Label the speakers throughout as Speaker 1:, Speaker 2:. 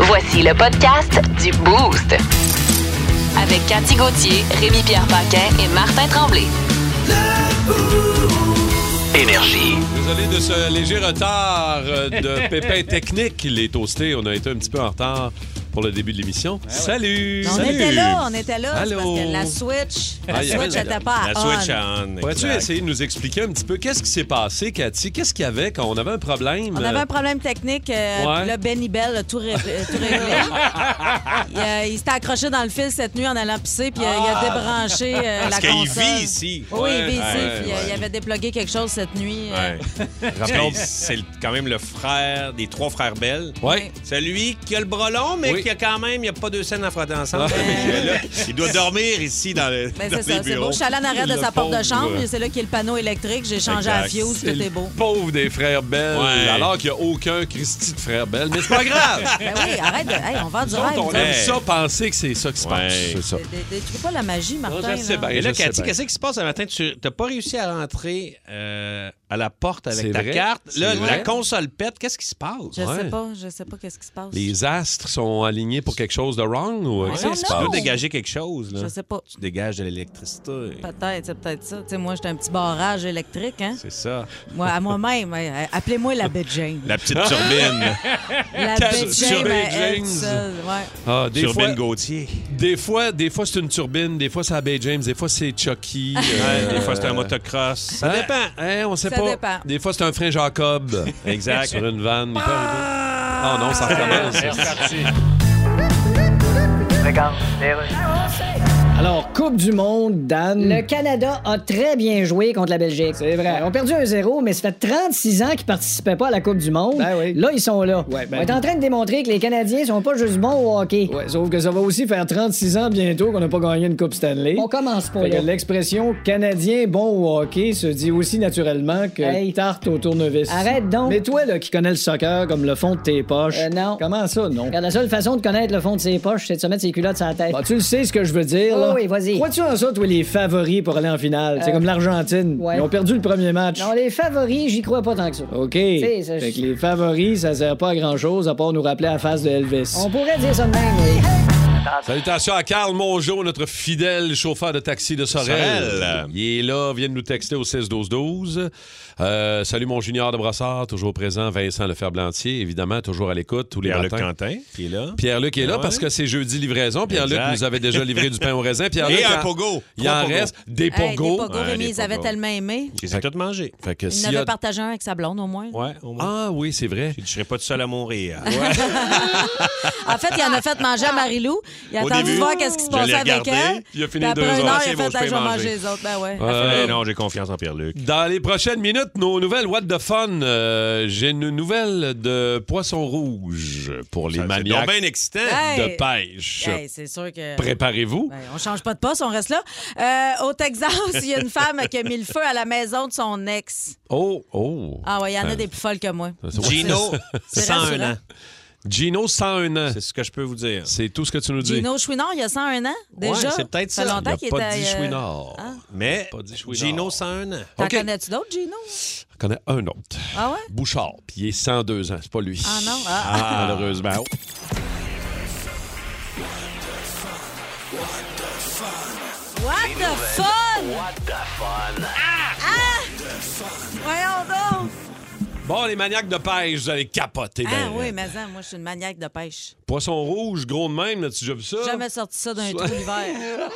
Speaker 1: Voici le podcast du Boost. Avec Cathy Gauthier, Rémi-Pierre Paquin et Martin Tremblay.
Speaker 2: Énergie.
Speaker 3: Désolé de ce léger retard euh, de pépin technique. Les toastés, on a été un petit peu en retard pour le début de l'émission. Salut!
Speaker 4: On
Speaker 3: Salut!
Speaker 4: était là, on était là. c'est
Speaker 3: Allô?
Speaker 4: Parce que la Switch, la
Speaker 3: Ah, il y avait
Speaker 4: Switch
Speaker 3: la- euh,
Speaker 4: n'était pas
Speaker 5: La
Speaker 4: à on.
Speaker 5: Switch on.
Speaker 3: Pourrais-tu
Speaker 5: exact.
Speaker 3: essayer de nous expliquer un petit peu qu'est-ce qui s'est passé, Cathy? Qu'est-ce qu'il y avait quand on avait un problème?
Speaker 4: On avait un problème technique. euh,
Speaker 3: Ouais.
Speaker 4: puis Là, Benny Bell a tout, ré- euh, tout réglé. il euh, il s'était accroché dans le fil cette nuit en allant pisser, puis euh, il
Speaker 3: Ah.
Speaker 4: a débranché euh,
Speaker 5: Parce
Speaker 4: la
Speaker 5: qu'il
Speaker 4: console.
Speaker 5: vit ici.
Speaker 4: Oui, il vit ici. puis,
Speaker 5: Ouais,
Speaker 4: euh,
Speaker 5: ouais.
Speaker 4: il avait déplogué quelque chose cette nuit. euh,
Speaker 5: ah, Ouais. Rappelons- C'est le- quand même le frère des trois frères Bell.
Speaker 4: euh,
Speaker 3: Ouais.
Speaker 5: Celui qui a le bras long, mais
Speaker 3: Oui.
Speaker 5: qui a quand même, il n'y a pas deux scènes à frotter ensemble.
Speaker 3: Ah.
Speaker 5: Mais là, il doit dormir ici dans, le,
Speaker 4: Ben,
Speaker 5: dans
Speaker 4: c'est
Speaker 5: les
Speaker 4: ça, c'est
Speaker 5: bureaux.
Speaker 4: beau. Je suis allée en arrière de
Speaker 3: Le
Speaker 4: sa porte de
Speaker 3: pauvre.
Speaker 4: chambre. C'est là qu'il y a le panneau électrique. J'ai changé la
Speaker 5: Exact.
Speaker 4: fuse. Tout est beau.
Speaker 3: Pauvre des frères Bell,
Speaker 5: Ouais.
Speaker 3: alors qu'il n'y a aucun Christy de frères Bell. Mais c'est pas grave!
Speaker 4: Ben oui, arrête. De... Hey, on vend du
Speaker 3: Nous autres,
Speaker 4: rêve.
Speaker 3: on
Speaker 4: nous
Speaker 3: aime
Speaker 4: autres.
Speaker 5: Hey.
Speaker 3: ça, penser que c'est ça qui se passe.
Speaker 5: Ouais.
Speaker 3: C'est ça.
Speaker 4: Dé- dé- Détruis pas la magie, Martin.
Speaker 3: je sais ben,
Speaker 4: là.
Speaker 3: bien.
Speaker 5: Et là,
Speaker 3: je sais
Speaker 5: Cathy,
Speaker 3: bien.
Speaker 5: qu'est-ce qui se passe un matin? Tu n'as pas réussi à rentrer euh, à la porte
Speaker 3: C'est
Speaker 5: avec ta
Speaker 3: vrai.
Speaker 5: carte. Là, la
Speaker 3: C'est vrai.
Speaker 5: console pète. Qu'est-ce qui se passe?
Speaker 4: Je
Speaker 3: Ouais.
Speaker 4: sais pas, je sais pas qu'est-ce qui se passe.
Speaker 3: Les astres sont alignés pour quelque chose de wrong ou euh,
Speaker 5: Ouais,
Speaker 3: qu'est-ce
Speaker 4: non,
Speaker 3: qui se
Speaker 5: tu
Speaker 3: passe?
Speaker 5: peux dégager quelque chose. Là.
Speaker 4: Oh. Je sais pas.
Speaker 5: Tu dégages de l'électricité.
Speaker 4: Peut-être, c'est peut-être ça. Tu sais, moi, j'étais un petit barrage électrique, hein?
Speaker 5: C'est ça.
Speaker 4: Moi, à moi-même. euh, euh, Appelez-moi la Bête Jane.
Speaker 5: La petite turbine.
Speaker 4: La
Speaker 3: Casse-
Speaker 4: Bête
Speaker 3: sur
Speaker 4: Jane,
Speaker 3: Bette
Speaker 4: elle, elle,
Speaker 3: James.
Speaker 4: toute seule, ouais.
Speaker 3: Ah, des
Speaker 5: turbine
Speaker 3: fois,
Speaker 5: Gauthier.
Speaker 3: Des fois, des fois c'est une turbine, des fois c'est Abbey James, des fois c'est Chucky.
Speaker 5: Ouais,
Speaker 3: euh,
Speaker 5: des fois, c'est un motocross. Ça
Speaker 3: hein?
Speaker 5: dépend.
Speaker 3: Hein, on sait
Speaker 4: Ça
Speaker 3: pas.
Speaker 4: dépend.
Speaker 3: Des fois c'est un frein Jacob.
Speaker 5: Exact.
Speaker 3: Sur une vanne. il peut arriver. Ah non, ça recommence.
Speaker 6: Alors, Coupe du monde, Dan.
Speaker 7: Le Canada a très bien joué contre la Belgique.
Speaker 6: C'est vrai.
Speaker 7: Ils ont perdu un 0 mais ça fait 36 ans qu'ils participaient pas à la Coupe du Monde.
Speaker 6: Ben oui.
Speaker 7: Là, ils sont là.
Speaker 6: Ouais, ben-
Speaker 7: On est en train de démontrer que les Canadiens sont pas juste bons au hockey.
Speaker 6: Ouais, sauf que ça va aussi faire 36 ans bientôt qu'on n'a pas gagné une Coupe Stanley.
Speaker 7: On commence pas
Speaker 6: Fait que
Speaker 7: là.
Speaker 6: l'expression Canadien bon au hockey se dit aussi naturellement que
Speaker 7: Hey.
Speaker 6: tarte au tournevis.
Speaker 7: Arrête donc.
Speaker 6: Mais toi, là, qui connais le soccer comme le fond de tes poches.
Speaker 7: Euh, non.
Speaker 6: Comment ça, non?
Speaker 7: Regarde, la seule façon de connaître le fond de ses poches, c'est de se mettre ses culottes sur la tête.
Speaker 6: Bah, tu le sais ce que je veux dire, là.
Speaker 7: Oh oui, vas-y.
Speaker 6: Crois-tu en ça, toi, les favoris pour aller en finale? C'est
Speaker 7: Euh,
Speaker 6: comme l'Argentine.
Speaker 7: ouais.
Speaker 6: Ils ont perdu le premier match.
Speaker 7: Non, les favoris, j'y crois pas tant que ça.
Speaker 6: OK.
Speaker 7: sais, ça,
Speaker 6: Fait que
Speaker 7: je-
Speaker 6: les favoris, ça sert pas à grand-chose à part nous rappeler la face de Elvis.
Speaker 7: On pourrait dire ça de même, oui.
Speaker 3: Salutations à Carl Mongeau, notre fidèle chauffeur de taxi de Sorel.
Speaker 5: Sorel.
Speaker 3: Il est là, vient de nous texter au 6-12-12. Euh, salut mon junior de Brassard, toujours présent. Vincent Lefebvre-Blantier, évidemment, toujours à l'écoute tous les
Speaker 5: Pierre-Luc
Speaker 3: matins.
Speaker 5: Quentin, qui est là.
Speaker 3: Pierre-Luc est là
Speaker 5: Ouais.
Speaker 3: parce que c'est jeudi livraison. Pierre-Luc
Speaker 5: Exact.
Speaker 3: nous avait déjà livré du pain au raisin. Pierre-Luc,
Speaker 5: Et un
Speaker 3: en-
Speaker 5: pogo.
Speaker 3: Il
Speaker 5: Trois
Speaker 3: en
Speaker 5: pogos.
Speaker 3: reste des
Speaker 4: Hey, des
Speaker 3: pogos.
Speaker 4: pogos,
Speaker 5: Ouais,
Speaker 4: Rémi,
Speaker 5: des
Speaker 4: ils avaient
Speaker 5: pogos.
Speaker 4: tellement aimé.
Speaker 5: J'ai tout mangé.
Speaker 3: Fait que
Speaker 4: Ils
Speaker 3: s'il
Speaker 4: en
Speaker 3: y a-
Speaker 4: avaient partagé un avec sa blonde, au moins.
Speaker 5: Ouais, au moins.
Speaker 3: Ah oui, c'est vrai.
Speaker 5: Je ne serais pas tout seul à mourir.
Speaker 4: En fait, il en a fait manger à Marilou. Il a
Speaker 5: Au
Speaker 4: attendu
Speaker 5: début,
Speaker 4: de voir qu'est-ce qui se
Speaker 5: je
Speaker 4: passait
Speaker 5: l'ai
Speaker 4: avec
Speaker 5: regardé,
Speaker 4: elle.
Speaker 3: puis il a fini
Speaker 4: Puis après
Speaker 3: deux
Speaker 4: une
Speaker 3: heures,
Speaker 4: heure,
Speaker 3: c'est
Speaker 4: il a
Speaker 3: bon,
Speaker 4: fait
Speaker 3: je
Speaker 4: Ah,
Speaker 3: peux
Speaker 4: je vais
Speaker 3: manger.
Speaker 4: manger les autres. Ben ouais.
Speaker 3: Euh,
Speaker 5: Eh non, j'ai confiance en Pierre-Luc.
Speaker 3: Dans les prochaines minutes, nos nouvelles What the Fun. Euh, J'ai une nouvelle de Poisson Rouge pour les
Speaker 5: Ça, C'est donc
Speaker 3: maniaques
Speaker 5: bien excitant.
Speaker 4: Hey.
Speaker 3: de pêche.
Speaker 4: Hey, c'est sûr que.
Speaker 3: Préparez-vous.
Speaker 4: Ben, on change pas de poste, on reste là. Euh, au Texas, il y a une femme qui a mis le feu à la maison de son ex.
Speaker 3: Oh, oh.
Speaker 4: Ah ouais, il y en
Speaker 3: Ça-
Speaker 4: a des plus folles que moi.
Speaker 3: Ça-
Speaker 5: Gino,
Speaker 4: C'est
Speaker 5: 101
Speaker 4: rassurant.
Speaker 5: ans.
Speaker 3: Gino, 101 ans.
Speaker 5: C'est ce que je peux vous dire.
Speaker 3: C'est tout ce que tu nous dis.
Speaker 4: Gino Chouinard, il y a 101 ans
Speaker 5: Ouais,
Speaker 4: déjà.
Speaker 5: c'est peut-être
Speaker 4: fait
Speaker 5: ça.
Speaker 3: Il a
Speaker 4: longtemps qu'il
Speaker 3: pas
Speaker 4: était.
Speaker 3: dit
Speaker 4: euh,
Speaker 3: Chouinard.
Speaker 5: Mais
Speaker 3: Pas dit Chouinard.
Speaker 5: Gino, 101 ans.
Speaker 4: T'en
Speaker 3: OK.
Speaker 4: connais-tu d'autres, Gino?
Speaker 3: Je connais un autre.
Speaker 4: Ah ouais?
Speaker 3: Bouchard, puis il est 102 ans. C'est pas lui.
Speaker 4: Ah non? Ah, ah.
Speaker 3: Ah, malheureusement.
Speaker 4: What the fun! Ah!
Speaker 2: What the fun?
Speaker 4: Voyons donc!
Speaker 3: Bon, les maniaques de pêche, vous allez capoter.
Speaker 4: Ah
Speaker 3: ben,
Speaker 4: oui,
Speaker 3: euh,
Speaker 4: mais ça, moi, je suis une maniaque de pêche.
Speaker 3: Poisson rouge, gros de même, là, tu déjà vu ça?
Speaker 4: Jamais sorti ça d'un trou l'hiver.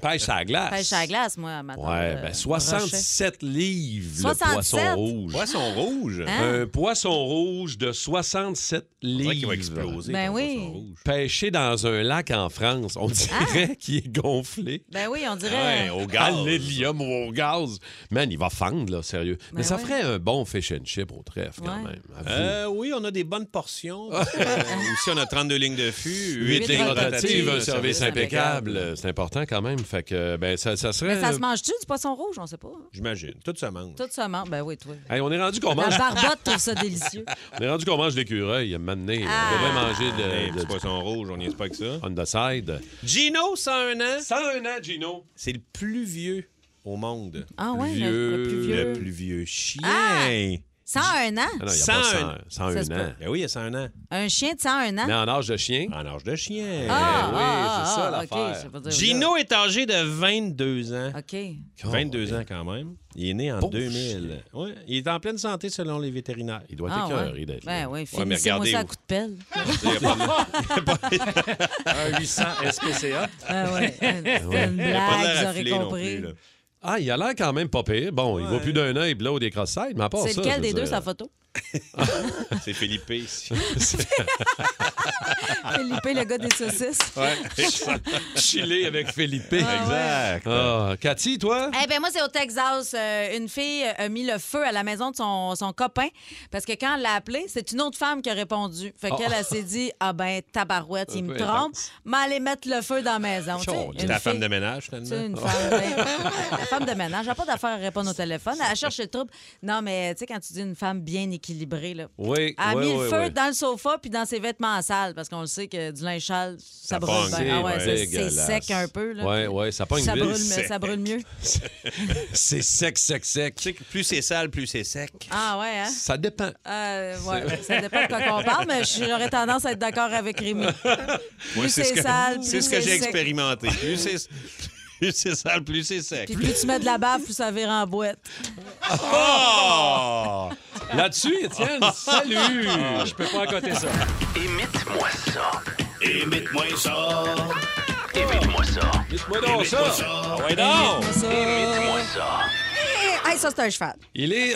Speaker 3: Pêche à la glace.
Speaker 4: Pêche à la glace, moi, euh, maintenant.
Speaker 3: Ouais, ben 67 livres, le
Speaker 4: 67?
Speaker 3: poisson rouge.
Speaker 5: Poisson rouge.
Speaker 4: Hein?
Speaker 3: Un poisson rouge de 67
Speaker 5: On dirait qu'il
Speaker 3: livres.
Speaker 5: va exploser.
Speaker 4: Ben
Speaker 5: ton
Speaker 4: oui.
Speaker 5: poisson rouge.
Speaker 3: Pêché dans un lac en France, on
Speaker 4: Ah.
Speaker 3: dirait qu'il est gonflé.
Speaker 4: Ben oui, on dirait.
Speaker 5: Ouais, au
Speaker 3: À
Speaker 5: gaz.
Speaker 3: l'hélium ou au gaz. Man, il va fendre, là, sérieux. Mais
Speaker 4: Ben
Speaker 3: ça
Speaker 4: ouais.
Speaker 3: ferait un bon fish and chip au trèfle, quand
Speaker 4: Ouais.
Speaker 3: même. Avoue.
Speaker 5: Euh, oui, on a des bonnes portions. parce que, euh, aussi, on a 32 lignes de fût, 8
Speaker 3: Huit
Speaker 4: Ah. lignes
Speaker 3: lignes
Speaker 4: rotatives,
Speaker 3: rotatives, un
Speaker 4: un
Speaker 3: service
Speaker 4: service
Speaker 3: impeccable. C'est important quand même. Fait que, ben, ça, ça serait.
Speaker 4: Mais ça se mange-tu du poisson rouge? On sait pas. hein?
Speaker 5: J'imagine. Tout se mange.
Speaker 4: Tout se mange. Ben oui, toi.
Speaker 3: Hey, on est rendu qu'on
Speaker 4: La
Speaker 3: mange,
Speaker 4: barbotte trouve ça délicieux.
Speaker 3: on est rendu qu'on mange l'écureuil, maintenant.
Speaker 4: Ah.
Speaker 3: On devrait manger de,
Speaker 5: Hey,
Speaker 3: de-
Speaker 5: ben, petit poisson rouge, on n'y est pas que ça.
Speaker 3: on the side.
Speaker 5: Gino, 101 ans.
Speaker 3: 101 ans, Gino.
Speaker 5: C'est le plus vieux au monde.
Speaker 4: Ah ouais, le-
Speaker 3: Vieux.
Speaker 4: le plus
Speaker 3: Le
Speaker 4: vieux.
Speaker 5: Le plus vieux chien.
Speaker 4: 101 ans?
Speaker 3: Ah non, il n'y a pas
Speaker 5: 101.
Speaker 3: 100, 101
Speaker 4: Ça se
Speaker 3: ans.
Speaker 5: Ben oui, il y a 101 ans.
Speaker 4: Un chien de 101 ans?
Speaker 3: Mais en âge de chien.
Speaker 5: En âge de chien.
Speaker 3: oui, c'est ça,
Speaker 4: ah,
Speaker 3: l'affaire.
Speaker 4: OK, ça veut dire-
Speaker 5: Gino est âgé de 22 ans.
Speaker 4: OK.
Speaker 3: Oh,
Speaker 5: 22 ans quand même. Il est né en
Speaker 3: Pauvre
Speaker 5: 2000. Ouais, il est en pleine santé selon les vétérinaires.
Speaker 3: Il doit être
Speaker 4: Ah,
Speaker 3: écœuré
Speaker 4: ouais.
Speaker 3: d'être
Speaker 4: Ben
Speaker 3: là.
Speaker 4: oui,
Speaker 5: Ouais, mais
Speaker 4: finissez-moi
Speaker 5: regardez
Speaker 4: ça à
Speaker 5: où.
Speaker 4: coup de pelle.
Speaker 8: Un 800 SPCA.
Speaker 4: Ah ouais, c'était une blague,
Speaker 5: Pas l'air
Speaker 4: vous aurez
Speaker 5: affilé non
Speaker 4: Ah, compris.
Speaker 5: plus, là.
Speaker 3: Ah, il a l'air quand même pas pire. Bon, il vaut plus d'un œil bleu des cross mais à part
Speaker 5: Oh,
Speaker 4: C'est
Speaker 3: ça, je
Speaker 4: lequel
Speaker 3: veux
Speaker 4: des deux,
Speaker 3: dire-
Speaker 4: sa photo?
Speaker 5: C'est Philippe ici. Ah.
Speaker 4: Philippe, le gars des saucisses.
Speaker 3: Chiller avec Philippe.
Speaker 5: Exact.
Speaker 3: Ah, Cathy, toi?
Speaker 4: Eh bien, moi, c'est au Texas. Euh, une fille a mis le feu à la maison de son, son copain parce que quand elle l'a appelé, c'est une autre femme qui a répondu. Fait
Speaker 5: Oh.
Speaker 4: qu'elle, elle s'est dit Ah ben, tabarouette, il me
Speaker 3: Ouais,
Speaker 4: trompe, mais allez mettre le feu dans la maison. Tu sais,
Speaker 3: Chon,
Speaker 4: une
Speaker 5: C'est la femme
Speaker 4: fille-
Speaker 5: de ménage,
Speaker 4: tu sais,
Speaker 5: finalement.
Speaker 4: une femme, ben, la femme de ménage, elle n'a pas d'affaire à répondre au téléphone. Elle cherche le trouble. Non, mais tu sais, quand tu dis une femme bien équilibrée, là,
Speaker 3: Oui,
Speaker 4: elle a
Speaker 3: oui,
Speaker 4: mis
Speaker 3: oui,
Speaker 4: le feu
Speaker 3: oui.
Speaker 4: dans le sofa puis dans ses vêtements sales parce qu'on le sait que du linge sale, ça, brûle.
Speaker 5: pogne,
Speaker 4: bien.
Speaker 5: c'est
Speaker 4: Ah ouais, c'est- c'est
Speaker 3: dégueulasse.
Speaker 4: sec un peu. Là,
Speaker 3: Ouais, ouais, ça pogne
Speaker 4: ça
Speaker 3: vite.
Speaker 4: brûle, mais ça brûle mieux.
Speaker 3: C'est sec, sec,
Speaker 5: Tu
Speaker 3: sec.
Speaker 5: sais que plus c'est sale, plus c'est sec.
Speaker 4: Ah ouais, hein?
Speaker 3: Ça dépend.
Speaker 4: Euh, ouais, ça dépend de quoi qu'on parle, mais j'aurais tendance à être d'accord avec Rémi.
Speaker 5: Moi,
Speaker 4: Plus c'est
Speaker 5: que-
Speaker 4: sale, plus
Speaker 5: c'est ce que
Speaker 4: c'est
Speaker 5: j'ai
Speaker 4: sec.
Speaker 5: expérimenté. Plus c'est plus c'est sale, plus c'est sec.
Speaker 4: Puis plus tu mets de la bave, plus ça vire en boîte.
Speaker 5: Oh!
Speaker 3: Là-dessus, Étienne, salut!
Speaker 8: Je peux pas accoter ça.
Speaker 2: Imite-moi ça. Imite-moi ça. Imite-moi ça.
Speaker 3: Dites-moi donc ça! Ah
Speaker 2: ça.
Speaker 5: Ouais, non!
Speaker 4: Ça...
Speaker 2: Imite-moi ça.
Speaker 4: Hey, ça, c'est un cheval.
Speaker 3: Il est,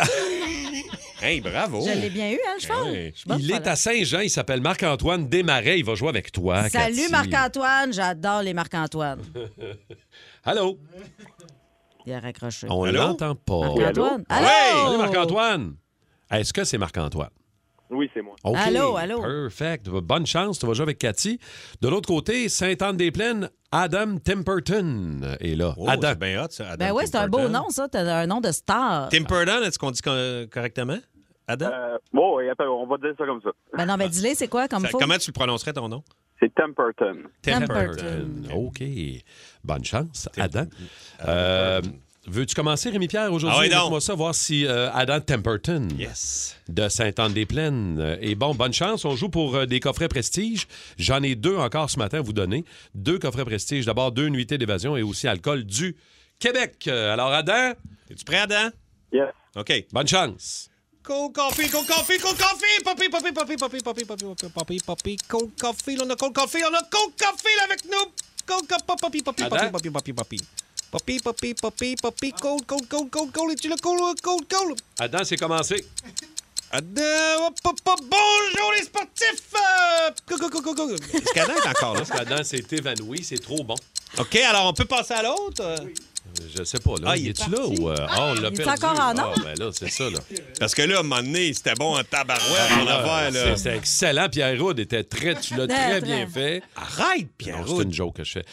Speaker 5: Hey, bravo!
Speaker 4: Je l'ai bien eu, hein, le cheval?
Speaker 5: oui.
Speaker 4: Je suis bonne hein.
Speaker 3: il est
Speaker 4: cheval.
Speaker 3: à Saint-Jean, il s'appelle Marc-Antoine Desmarais, il va jouer avec toi.
Speaker 4: Salut
Speaker 3: Cathy.
Speaker 4: Marc-Antoine, j'adore les Marc-Antoine.
Speaker 3: Allô?
Speaker 4: Il a raccroché.
Speaker 3: On
Speaker 5: Allô?
Speaker 3: l'entend pas.
Speaker 4: Marc-Antoine. Allô?
Speaker 3: Salut Marc-Antoine! Est-ce que c'est Marc-Antoine?
Speaker 9: Oui, c'est moi.
Speaker 3: OK.
Speaker 4: Allô, allô.
Speaker 3: Perfect. Bonne chance, tu vas jouer avec Cathy. De l'autre côté, Sainte-Anne-des-Plaines, Adam Temperton est là.
Speaker 5: Oh,
Speaker 3: Adam.
Speaker 5: c'est bien hot, ça, Adam
Speaker 4: Ben oui, c'est un beau
Speaker 5: Timperton.
Speaker 4: nom, ça. T'as un nom de star.
Speaker 5: Timperton, est-ce qu'on dit co- correctement? Adam?
Speaker 9: Euh, bon, et attends, on va dire ça comme ça.
Speaker 4: Ben non, ben dis-le, c'est quoi comme
Speaker 5: Ça-
Speaker 4: faux?
Speaker 5: comment tu le prononcerais, ton nom?
Speaker 9: C'est Temperton.
Speaker 4: Temperton.
Speaker 3: Euh, OK. Bonne chance, Adam. Euh, Veux-tu commencer, Rémi-Pierre, aujourd'hui?
Speaker 5: Ah oui, donc.
Speaker 3: Laisse-moi ça, voir si euh, Adam Temperton
Speaker 5: Yes.
Speaker 3: de Sainte-Anne-des-Plaines. euh, est bon, bonne chance. On joue pour euh, des coffrets prestige. J'en ai deux encore ce matin à vous donner. Deux coffrets prestige. D'abord, deux nuitées d'évasion et aussi alcool du Québec. Euh, Alors, Adam,
Speaker 5: Es-tu prêt, Adam?
Speaker 9: Yes.
Speaker 5: OK.
Speaker 3: bonne chance.
Speaker 5: Cold coffee, cold coffee, cold coffee! Poppy, poppy, poppy, poppy, poppy, poppy, poppy, poppy, poppy, cold coffee. On a cold coffee, on a cold coffee là, avec nous! Cold coffee, poppy, poppy,
Speaker 3: Adam?
Speaker 5: poppy, poppy, poppy, poppy. Poppy, poppy, poppy, poppy, cold, cold, cold, cold, cold. Es-tu le cold, cold, cold?
Speaker 3: Adam, c'est commencé.
Speaker 5: Adam, hop, hop, hop, bonjour les sportifs! Euh, Go, go, go, go, go. Est-ce qu'Adam est encore là?
Speaker 3: Adam s'est évanoui, c'est trop bon.
Speaker 5: OK, alors on peut passer à l'autre? euh,
Speaker 3: Je sais pas, là.
Speaker 5: Ah, il
Speaker 3: il
Speaker 5: est
Speaker 3: est-tu là ou. euh, Ah, on l'a
Speaker 4: il est
Speaker 3: perdu.
Speaker 4: encore en
Speaker 3: Ah,
Speaker 4: or.
Speaker 3: ben là, c'est ça, là.
Speaker 5: Parce que là, à un moment donné, c'était bon en tabarouette, en affaire, là.
Speaker 3: Ah, C'est- C'est excellent. Pierre Roud était très. Tu l'as
Speaker 4: Très,
Speaker 3: très
Speaker 4: très. Ah
Speaker 3: bien fait.
Speaker 5: Arrête,
Speaker 3: Non,
Speaker 5: Pierre.
Speaker 3: c'est une joke que je fais.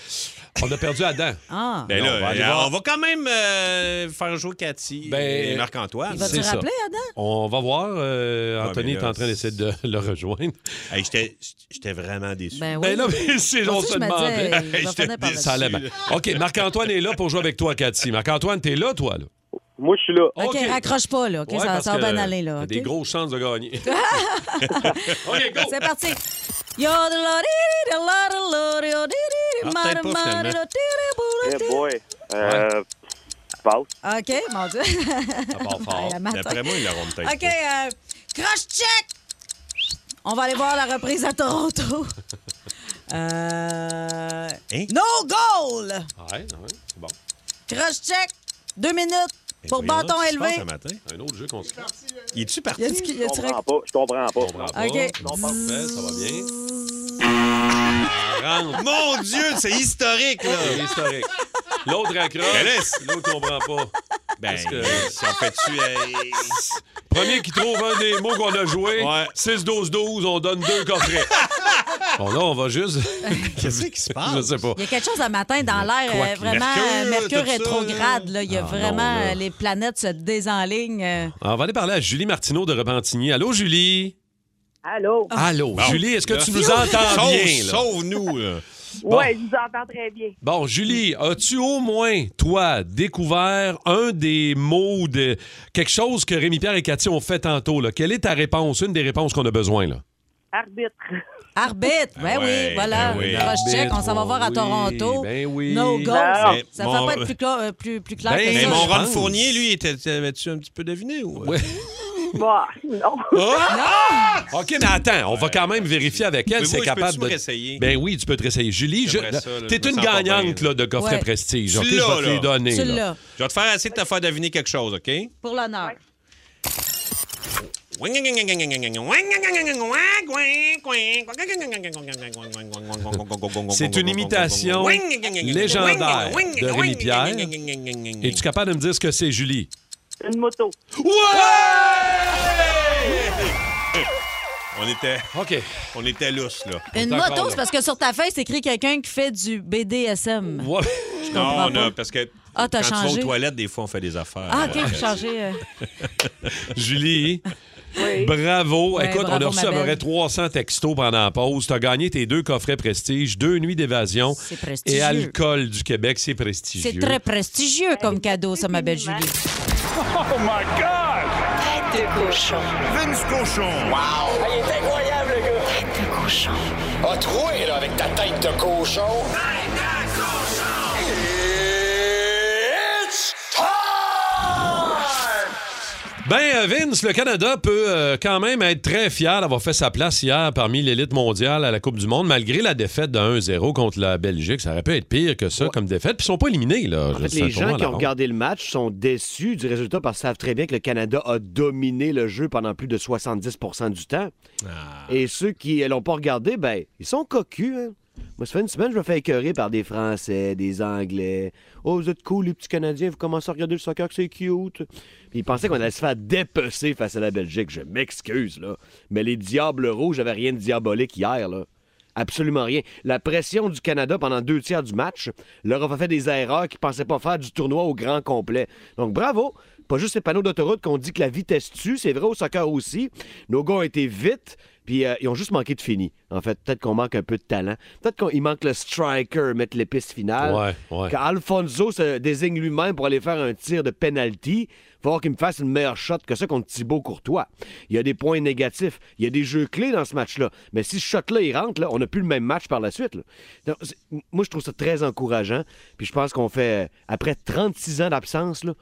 Speaker 3: On a perdu Adam.
Speaker 4: Ah,
Speaker 5: Ben
Speaker 3: Non,
Speaker 5: là,
Speaker 3: on va aller
Speaker 5: euh,
Speaker 3: voir.
Speaker 5: on va quand même euh, faire jouer Cathy
Speaker 3: Ben,
Speaker 5: et Marc-Antoine.
Speaker 4: il va te
Speaker 3: c'est ça.
Speaker 4: rappeler, Adam?
Speaker 3: On va voir. euh,
Speaker 5: Ah,
Speaker 3: Anthony
Speaker 5: mais
Speaker 3: est
Speaker 5: là,
Speaker 3: en train d'essayer de le rejoindre.
Speaker 5: Hey, j'étais- J'étais vraiment déçu.
Speaker 4: Ben oui.
Speaker 3: Ben là, mais c'est- on
Speaker 4: Moi aussi,
Speaker 3: se
Speaker 4: je me
Speaker 3: demandait.
Speaker 4: disais, euh, il va
Speaker 5: J'étais
Speaker 4: finir par le-
Speaker 5: déçu.
Speaker 3: Ça allait bien. OK, Marc-Antoine est là pour jouer avec toi, Cathy. Marc-Antoine, t'es là, toi, là?
Speaker 9: Moi, je suis là.
Speaker 4: OK, raccroche pas, là. OK,
Speaker 3: Ouais,
Speaker 4: ça,
Speaker 3: parce
Speaker 4: ça va
Speaker 3: que
Speaker 4: bien aller, là.
Speaker 3: t'as
Speaker 4: OK?
Speaker 3: Des grosses chances de gagner. OK, go!
Speaker 4: C'est parti. OK,
Speaker 3: Ah,
Speaker 9: Eh boy. Euh, passe.
Speaker 3: Eh
Speaker 4: mon Dieu.
Speaker 3: Ça part fort.
Speaker 4: Ah, matin.
Speaker 5: D'après moi, ils l'auront peut-être.
Speaker 4: OK, euh, crush check. On va aller voir la reprise à Toronto. Euh,
Speaker 5: Hein?
Speaker 4: No goal.
Speaker 3: Ouais, ouais, c'est bon.
Speaker 4: Crush check. Deux minutes pour bâton élevé.
Speaker 3: Un autre jeu qu'on se prend.
Speaker 5: Il est-tu
Speaker 4: Y
Speaker 5: parti?
Speaker 4: a-tu qui- y
Speaker 9: Je
Speaker 4: a-tu
Speaker 9: comprends pas. Je comprends pas.
Speaker 3: On prend pas.
Speaker 4: OK.
Speaker 3: Non, parfait, ça va bien. Rentre.
Speaker 5: Mon Dieu, c'est historique, là!
Speaker 3: C'est historique. L'autre
Speaker 5: Mais
Speaker 3: accroche,
Speaker 5: laisse.
Speaker 3: l'autre comprend pas.
Speaker 5: Ben,
Speaker 3: Parce que-
Speaker 5: si on fait-tu... euh,
Speaker 3: Premier qui trouve un des mots qu'on a joué,
Speaker 5: Ouais.
Speaker 3: 6-12-12, on donne deux coffrets. bon, là, on va juste.
Speaker 5: Qu'est-ce qui se
Speaker 3: Je
Speaker 5: passe?
Speaker 3: sais pas.
Speaker 4: Il y a quelque chose à matin dans l'air,
Speaker 3: Quoi
Speaker 4: euh,
Speaker 3: qu'il-
Speaker 4: vraiment euh,
Speaker 5: Mercure,
Speaker 4: Mercure,
Speaker 5: tout ça,
Speaker 4: rétrograde. Là. Il y a
Speaker 3: Ah,
Speaker 4: vraiment
Speaker 3: non, là.
Speaker 4: euh, les planètes se désenlignent. euh.
Speaker 3: Alors, on va aller parler à Julie Martineau de Repentigny. Allô, Julie? Allô? Allô. Julie, est-ce que
Speaker 5: Là.
Speaker 3: tu nous entends
Speaker 5: Sauve-
Speaker 3: bien? là?
Speaker 5: Sauve-nous, là.
Speaker 3: Bon.
Speaker 10: Oui, je vous entends très bien.
Speaker 3: Bon, Julie, as-tu au moins, toi, découvert un des mots ou de quelque chose que Rémi-Pierre et Cathy ont fait tantôt? Là? Quelle est ta réponse, une des réponses qu'on a besoin? Là?
Speaker 10: Arbitre.
Speaker 4: Arbitre, ben oui,
Speaker 3: ouais,
Speaker 4: voilà.
Speaker 3: ben oui,
Speaker 4: Cross-check, on s'en va
Speaker 3: arbitre,
Speaker 4: voir à
Speaker 3: oui,
Speaker 4: Toronto.
Speaker 3: ben oui.
Speaker 4: No goals.
Speaker 10: Ben,
Speaker 4: ça
Speaker 3: mon-
Speaker 4: fait pas être plus, cla- euh, plus, plus clair
Speaker 3: Ben,
Speaker 4: que
Speaker 5: Mais
Speaker 4: ça.
Speaker 5: mon
Speaker 3: je
Speaker 5: Ron
Speaker 3: pense.
Speaker 5: Fournier, lui, était- t'avais-tu un petit peu deviné? Ou... euh?
Speaker 3: Ouais.
Speaker 10: Bah, non.
Speaker 3: OK, mais attends, on va quand même vérifier avec elle
Speaker 5: Mais
Speaker 3: si
Speaker 5: moi,
Speaker 3: elle est
Speaker 5: je peux-tu
Speaker 3: capable
Speaker 5: me
Speaker 3: de.
Speaker 5: réessayer?
Speaker 3: Ben oui, tu peux te réessayer. Julie, je...
Speaker 5: J'aimerais ça, là,
Speaker 3: t'es
Speaker 5: je me
Speaker 3: une
Speaker 5: sens pas
Speaker 3: gagnante
Speaker 5: bien, là.
Speaker 3: là, de coffret
Speaker 4: Ouais.
Speaker 3: prestige.
Speaker 5: Tu
Speaker 3: OK, je vais te
Speaker 5: l'as,
Speaker 3: les
Speaker 5: là.
Speaker 3: donner.
Speaker 4: Tu
Speaker 3: là.
Speaker 4: l'as,
Speaker 5: Je vais te faire essayer de te faire deviner quelque chose, OK?
Speaker 4: pour l'honneur.
Speaker 5: C'est
Speaker 3: C'est une imitation légendaire de Rémi Pierre. Es-tu capable de me dire ce que c'est, Julie?
Speaker 10: Une moto.
Speaker 5: On était,
Speaker 3: OK.
Speaker 5: on était lousse là.
Speaker 4: Une
Speaker 3: D'accord,
Speaker 4: moto,
Speaker 3: là.
Speaker 4: c'est parce que sur ta feuille, c'est écrit quelqu'un qui fait du BDSM.
Speaker 3: Ouais.
Speaker 5: Non,
Speaker 4: comprends
Speaker 5: on a-
Speaker 4: pas.
Speaker 5: parce que
Speaker 4: Ah, t'as
Speaker 5: quand tu
Speaker 4: changé.
Speaker 5: vas aux toilettes, des fois, on fait des affaires.
Speaker 4: Ah, OK,
Speaker 5: Ouais.
Speaker 4: faut changer. euh.
Speaker 3: Julie,
Speaker 10: Oui.
Speaker 3: bravo.
Speaker 4: Ouais,
Speaker 3: Écoute, on
Speaker 4: bravo,
Speaker 3: a reçu
Speaker 4: ma
Speaker 3: à peu près
Speaker 4: belle.
Speaker 3: 300 textos pendant la pause. Tu as gagné tes deux coffrets prestige, deux nuits d'évasion
Speaker 4: C'est prestigieux.
Speaker 3: et alcool du Québec. C'est prestigieux.
Speaker 4: C'est très prestigieux comme cadeau, ça, ma belle Julie.
Speaker 1: Tête de cochon.
Speaker 2: Vince Cochon.
Speaker 11: Ah, il est incroyable, le gars!
Speaker 1: Tête de cochon.
Speaker 11: A troué, là, avec ta tête de cochon! Tête de cochon! It's time!
Speaker 3: Ben, euh, Vince, le Canada peut euh, quand même être très fier d'avoir fait sa place hier parmi l'élite mondiale à la Coupe du Monde, malgré la défaite de 1-0 contre la Belgique. Ça aurait pu être pire que ça comme défaite. Puis ils sont pas éliminés, là.
Speaker 12: En fait,
Speaker 3: C'est un
Speaker 12: les
Speaker 3: tournoi
Speaker 12: gens
Speaker 3: à
Speaker 12: qui
Speaker 3: la
Speaker 12: ont
Speaker 3: ronde.
Speaker 12: regardé le match sont déçus du résultat parce qu'ils savent très bien que le Canada a dominé le jeu pendant plus de 70 du temps. Et ceux qui ne l'ont pas regardé, ben, ils sont cocus. hein. Moi, ça fait une semaine, je me fais écœurer par des Français, des Anglais. Oh, vous êtes cool, les petits Canadiens, vous commencez à regarder le soccer, que c'est cute. Puis ils pensaient qu'on allait se faire dépecer face à la Belgique. Je m'excuse, là. Mais les Diables Rouges n'avaient rien de diabolique hier, là. Absolument rien. La pression du Canada pendant deux tiers du match leur a fait des erreurs qu'ils ne pensaient pas faire du tournoi au grand complet. Donc bravo! Pas juste ces panneaux d'autoroute qu'on dit que la vitesse tue, c'est vrai au soccer aussi. Nos gars ont été vite, puis euh, ils ont juste manqué de fini. En fait, peut-être qu'on manque un peu de talent. Peut-être qu'il manque le striker, mettre l'épice finale.
Speaker 3: Ouais, ouais.
Speaker 12: Quand Alfonso se désigne lui-même pour aller faire un tir de penalty, il faut qu'il me fasse une meilleure shot que ça contre Thibaut Courtois. Il y a des points négatifs, il y a des jeux clés dans ce match-là. Mais si ce shot-là, il rentre, là, on n'a plus le même match par la suite. là. Donc, c'est- moi, je trouve ça très encourageant. Puis je pense qu'on fait, euh, après 36 ans d'absence, là,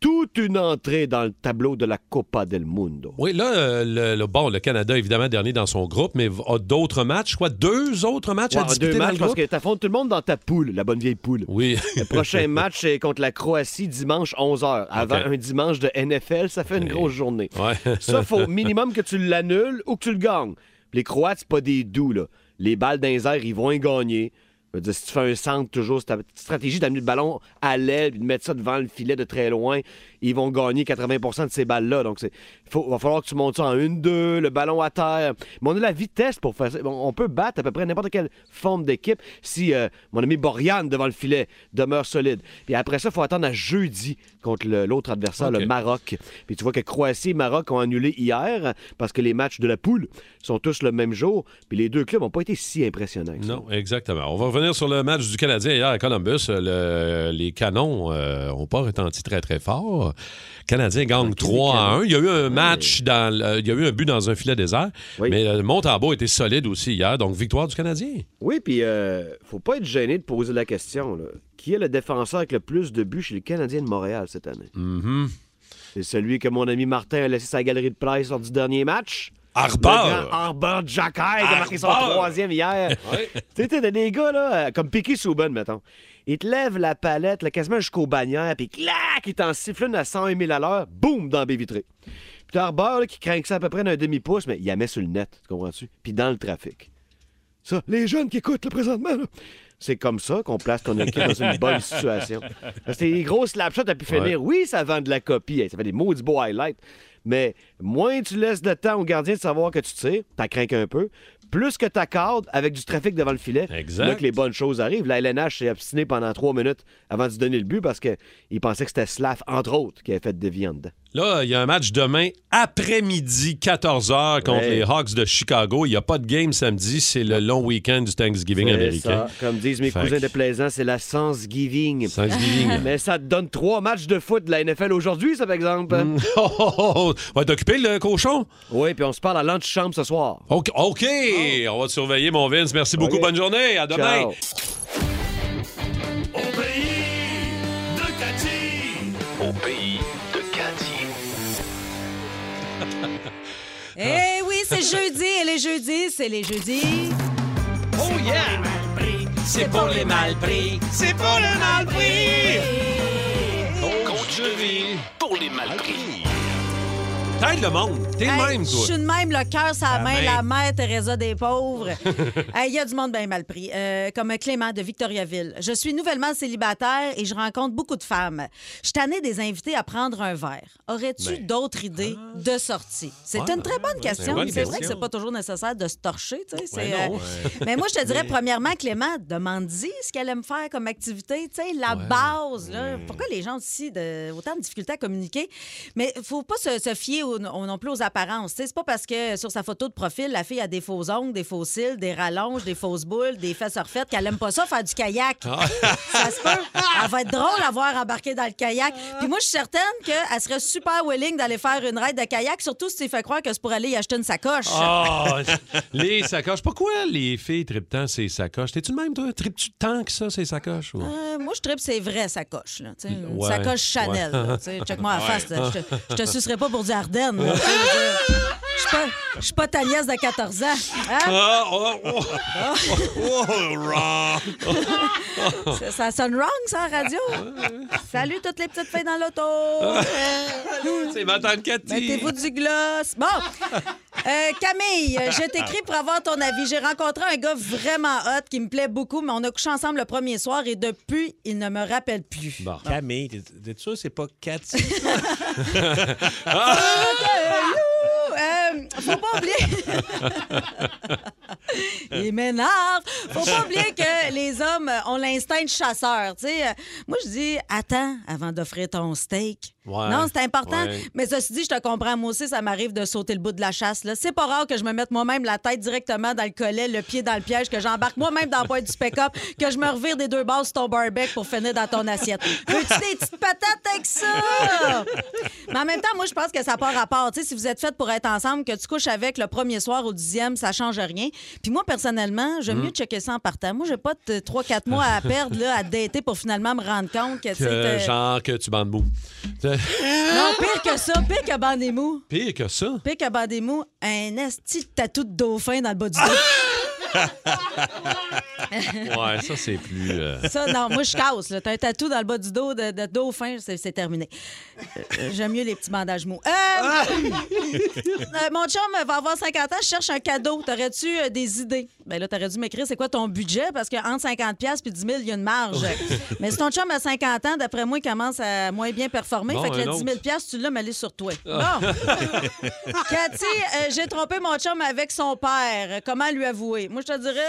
Speaker 12: toute une entrée dans le tableau de la Copa del Mundo.
Speaker 3: Oui, là, euh, le, le- bon, le Canada, évidemment, dernier dans son groupe, mais v- a d'autres matchs, quoi? Deux autres matchs à
Speaker 12: Ouais, en
Speaker 3: disputer
Speaker 12: deux
Speaker 3: dans
Speaker 12: matchs,
Speaker 3: le
Speaker 12: parce
Speaker 3: groupe?
Speaker 12: que t'affrontes tout le monde dans ta poule, la bonne vieille poule.
Speaker 3: Oui.
Speaker 12: Le prochain match est contre la Croatie dimanche 11h. Avant
Speaker 3: Ok.
Speaker 12: un dimanche de NFL, ça fait une grosse journée.
Speaker 3: Ouais.
Speaker 12: Ça, faut au minimum que tu l'annules ou que tu le gagnes. Puis Les Croates, c'est pas des doux, là. Les balles dans les airs, ils vont y gagner. Je veux dire, si tu fais un centre, toujours, c'est ta stratégie d'amener le ballon à l'aile puis de mettre ça devant le filet de très loin, ils vont gagner 80 de ces balles-là. Donc, il va falloir que tu montes ça en 1-2, le ballon à terre. Mais on a la vitesse pour faire ça. On on peut battre à peu près n'importe quelle forme d'équipe si euh, mon ami Borian devant le filet demeure solide. Puis après ça, il faut attendre à jeudi contre le- l'autre adversaire,
Speaker 3: Ok.
Speaker 12: le Maroc. Puis tu vois que Croatie et Maroc ont annulé hier parce que les matchs de la poule sont tous le même jour. Puis les deux clubs n'ont pas été si impressionnants. que ça.
Speaker 3: Non, exactement. On va revenir sur le match du Canadien hier à Columbus. Euh, Le- les canons n'ont pas retenti très, très fort. Le Canadien gagne 3 à 1. Il y a eu un match, dans, le- il y a eu un but dans un filet désert,
Speaker 12: Oui.
Speaker 3: mais le Montembeau était solide aussi hier, donc victoire du Canadien.
Speaker 12: Oui, puis euh, faut pas être gêné de poser la question. là. Qui est le défenseur avec le plus de buts chez le Canadien de Montréal cette année?
Speaker 3: Mm-hmm.
Speaker 12: C'est celui que mon ami Martin a laissé sa galerie de presse lors du dernier match. Le grand
Speaker 3: Arbor!
Speaker 12: Arbor Jacquet qui a marqué son
Speaker 3: Arbor.
Speaker 12: troisième hier. Tu sais, t'as des gars, là, euh, comme Piqué Souben, mettons. Il te lève la palette, là, quasiment jusqu'aux bannières, puis clac, il t'en siffle une à 101 000 à l'heure, boum, dans la baie vitrée. Puis t'as Arbor, là, qui craint ça à peu près d'un demi-pouce, mais il la met sur le net, tu comprends-tu? Puis dans le trafic. Ça, les jeunes qui écoutent, là, présentement, là, c'est comme ça qu'on place ton équipe dans une bonne situation. Parce que les gros slapshots, t'as pu finir. Oui, ça vend de la copie. hey, Ça fait des maudits beaux highlights. Mais moins tu laisses de temps au gardien de savoir que tu tires, t'as craint un peu, plus que t'accordes avec du trafic devant le filet,
Speaker 3: Exact.
Speaker 12: là que les bonnes choses arrivent. La LNH s'est obstinée pendant trois minutes avant de se donner le but parce qu'il pensait que c'était Slav, entre autres, qui avait fait des viandes.
Speaker 3: Là, il y a un match demain après-midi, 14h, contre
Speaker 12: Ouais.
Speaker 3: les Hawks de Chicago. Il n'y a pas de game samedi. C'est le long week-end du Thanksgiving
Speaker 12: C'est
Speaker 3: américain.
Speaker 12: ça. Comme disent mes
Speaker 3: Fait
Speaker 12: cousins
Speaker 3: que-
Speaker 12: déplaisants, c'est la Thanksgiving.
Speaker 3: Thanksgiving.
Speaker 12: Mais ça te donne trois matchs de foot de la NFL aujourd'hui, ça, par exemple.
Speaker 13: Mm.
Speaker 3: Oh, oh, oh, oh. Va t'occuper, le cochon?
Speaker 12: Oui, puis on se parle à l'antichambre ce soir.
Speaker 3: OK, OK. on va te surveiller, mon Vince. Merci beaucoup. Bonne journée. À demain.
Speaker 12: Ciao.
Speaker 2: Au pays de Cathy. Au pays de Cathy.
Speaker 4: Eh oui, c'est
Speaker 14: Ah.
Speaker 4: jeudi, et les jeudis, c'est les jeudis. Oh yeah!
Speaker 5: C'est pour les mal pris. C'est pour les mal pris.
Speaker 3: Coach de vie pour les malpris. T'aides le monde. T'es le même,
Speaker 4: Je suis
Speaker 3: toi.
Speaker 4: de même, le cœur, sa
Speaker 3: La
Speaker 4: main,
Speaker 3: main.
Speaker 4: la mère Teresa des pauvres. Hey, Il y a du monde bien mal pris, Euh, comme Clément de Victoriaville. Je suis nouvellement célibataire et je rencontre beaucoup de femmes. Je tannais des invités à prendre un verre. Aurais-tu
Speaker 14: Ben.
Speaker 4: d'autres idées de sortie? C'est
Speaker 14: Ouais.
Speaker 4: une très bonne
Speaker 14: C'est une
Speaker 4: question.
Speaker 14: bonne
Speaker 4: C'est vrai que
Speaker 14: question.
Speaker 4: c'est pas toujours nécessaire de se torcher. tu sais, c'est,
Speaker 14: Ouais, non, ouais.
Speaker 4: euh, Mais moi, je te dirais,
Speaker 14: Mais-
Speaker 4: premièrement, Clément, demande-y ce qu'elle aime faire comme activité. tu sais, La
Speaker 14: Ouais. Mm.
Speaker 4: base. là. Pourquoi les gens ont aussi de, autant de difficultés à communiquer? Mais il faut pas se, se fier au- au- non plus aux apparences. tu sais. C'est pas parce que sur sa photo de profil, la fille a des faux ongles, des faux cils, des rallonges, des fausses boules, des fesses refaites, qu'elle aime pas ça faire du kayak.
Speaker 14: Ah.
Speaker 4: Ça se peut. Elle va être drôle à voir embarquer dans le kayak.
Speaker 14: Ah.
Speaker 4: Puis moi, je suis certaine qu'elle serait super willing d'aller faire une raide de kayak, surtout si tu fais croire que c'est pour aller y acheter une sacoche.
Speaker 3: Ah, les sacoches. Pourquoi les filles tripent tant ces sacoches? T'es-tu le même, toi? Tripes-tu tant que ça, ces sacoches? ou-
Speaker 4: Euh, moi, je tripe, c'est vrai, sacoche. Là, tu sais, une
Speaker 3: Ouais,
Speaker 4: sacoche Chanel.
Speaker 3: ouais.
Speaker 4: là, tu sais, Check-moi à la face. là. Je, te, je te
Speaker 3: Ouais.
Speaker 4: sucerai pas pour du Ardennes. là, tu sais, je veux dire. Je suis pas- je suis pas ta nièce de 14 ans. hein?
Speaker 3: Ah, oh, oh, oh, oh, wrong.
Speaker 4: Ça, ça sonne wrong, ça, en radio? Salut toutes les petites filles dans l'auto!
Speaker 3: oh, C'est ma tante Cathy.
Speaker 4: Mettez-vous du gloss. Bon, Euh, Camille, je t'écris pour avoir ton avis. J'ai rencontré un gars vraiment hot qui me plaît beaucoup, mais on a couché ensemble le premier soir et depuis, il ne me rappelle plus.
Speaker 5: Camille, t'es- t'es sûr que c'est pas Cathy?
Speaker 4: Euh, faut pas oublier. Il m'énerve. Faut pas oublier que les hommes ont l'instinct de chasseur. tu sais. Euh, Moi, je dis, attends avant d'offrir ton steak.
Speaker 14: Ouais.
Speaker 4: Non, c'est important.
Speaker 14: Ouais.
Speaker 4: Mais ceci dit, je te comprends. Moi aussi, ça m'arrive de sauter le bout de la chasse. là. C'est pas rare que je me mette moi-même la tête directement dans le collet, le pied dans le piège, que j'embarque moi-même dans le poids du pick-up, que je me revire des deux bases sur ton barbecue pour finir dans ton assiette. Veux-tu des petites patates avec ça? Mais en même temps, moi, je pense que ça n'a pas rapport. Tu sais, si vous êtes faites pour être ensemble, que tu couches avec le premier soir au dixième, ça change rien. Puis moi, personnellement, j'aime
Speaker 14: Mm.
Speaker 4: mieux checker ça en partant. Moi, j'ai pas de 3-4 mois à perdre là, à dater pour finalement me rendre compte que, tu sais,
Speaker 3: Que
Speaker 4: t'es-
Speaker 3: Euh, genre que tu bandes mou. T'es-
Speaker 4: Non, pire que ça, pire que bandez mou.
Speaker 3: Pire que ça.
Speaker 4: Pire que bandez mou, un esti de tatou de dauphin dans le bas du
Speaker 14: Ah!
Speaker 4: dos.
Speaker 3: ouais, ça, c'est plus. euh,
Speaker 4: Ça, non, moi, je casse. là. T'as un tatou dans le bas du dos de, de dauphin, c'est c'est terminé. Euh, J'aime mieux les petits bandages mous. Euh,
Speaker 14: Ah!
Speaker 4: euh, mon chum va avoir 50 ans, je cherche un cadeau. T'aurais-tu euh, des idées? Ben là, t'aurais dû m'écrire c'est quoi ton budget parce qu'entre 50 pièces puis 10 000, il y a une marge. mais si ton chum a 50 ans, d'après moi, il commence à moins bien performer.
Speaker 14: Bon,
Speaker 4: fait que
Speaker 14: un
Speaker 4: le 10 000
Speaker 14: autre.
Speaker 4: pièces, tu l'as, mais elle est sur toi.
Speaker 14: Ah.
Speaker 4: Bon. Cathy, euh, j'ai trompé mon chum avec son père. Comment lui avouer? Moi, je te dirais,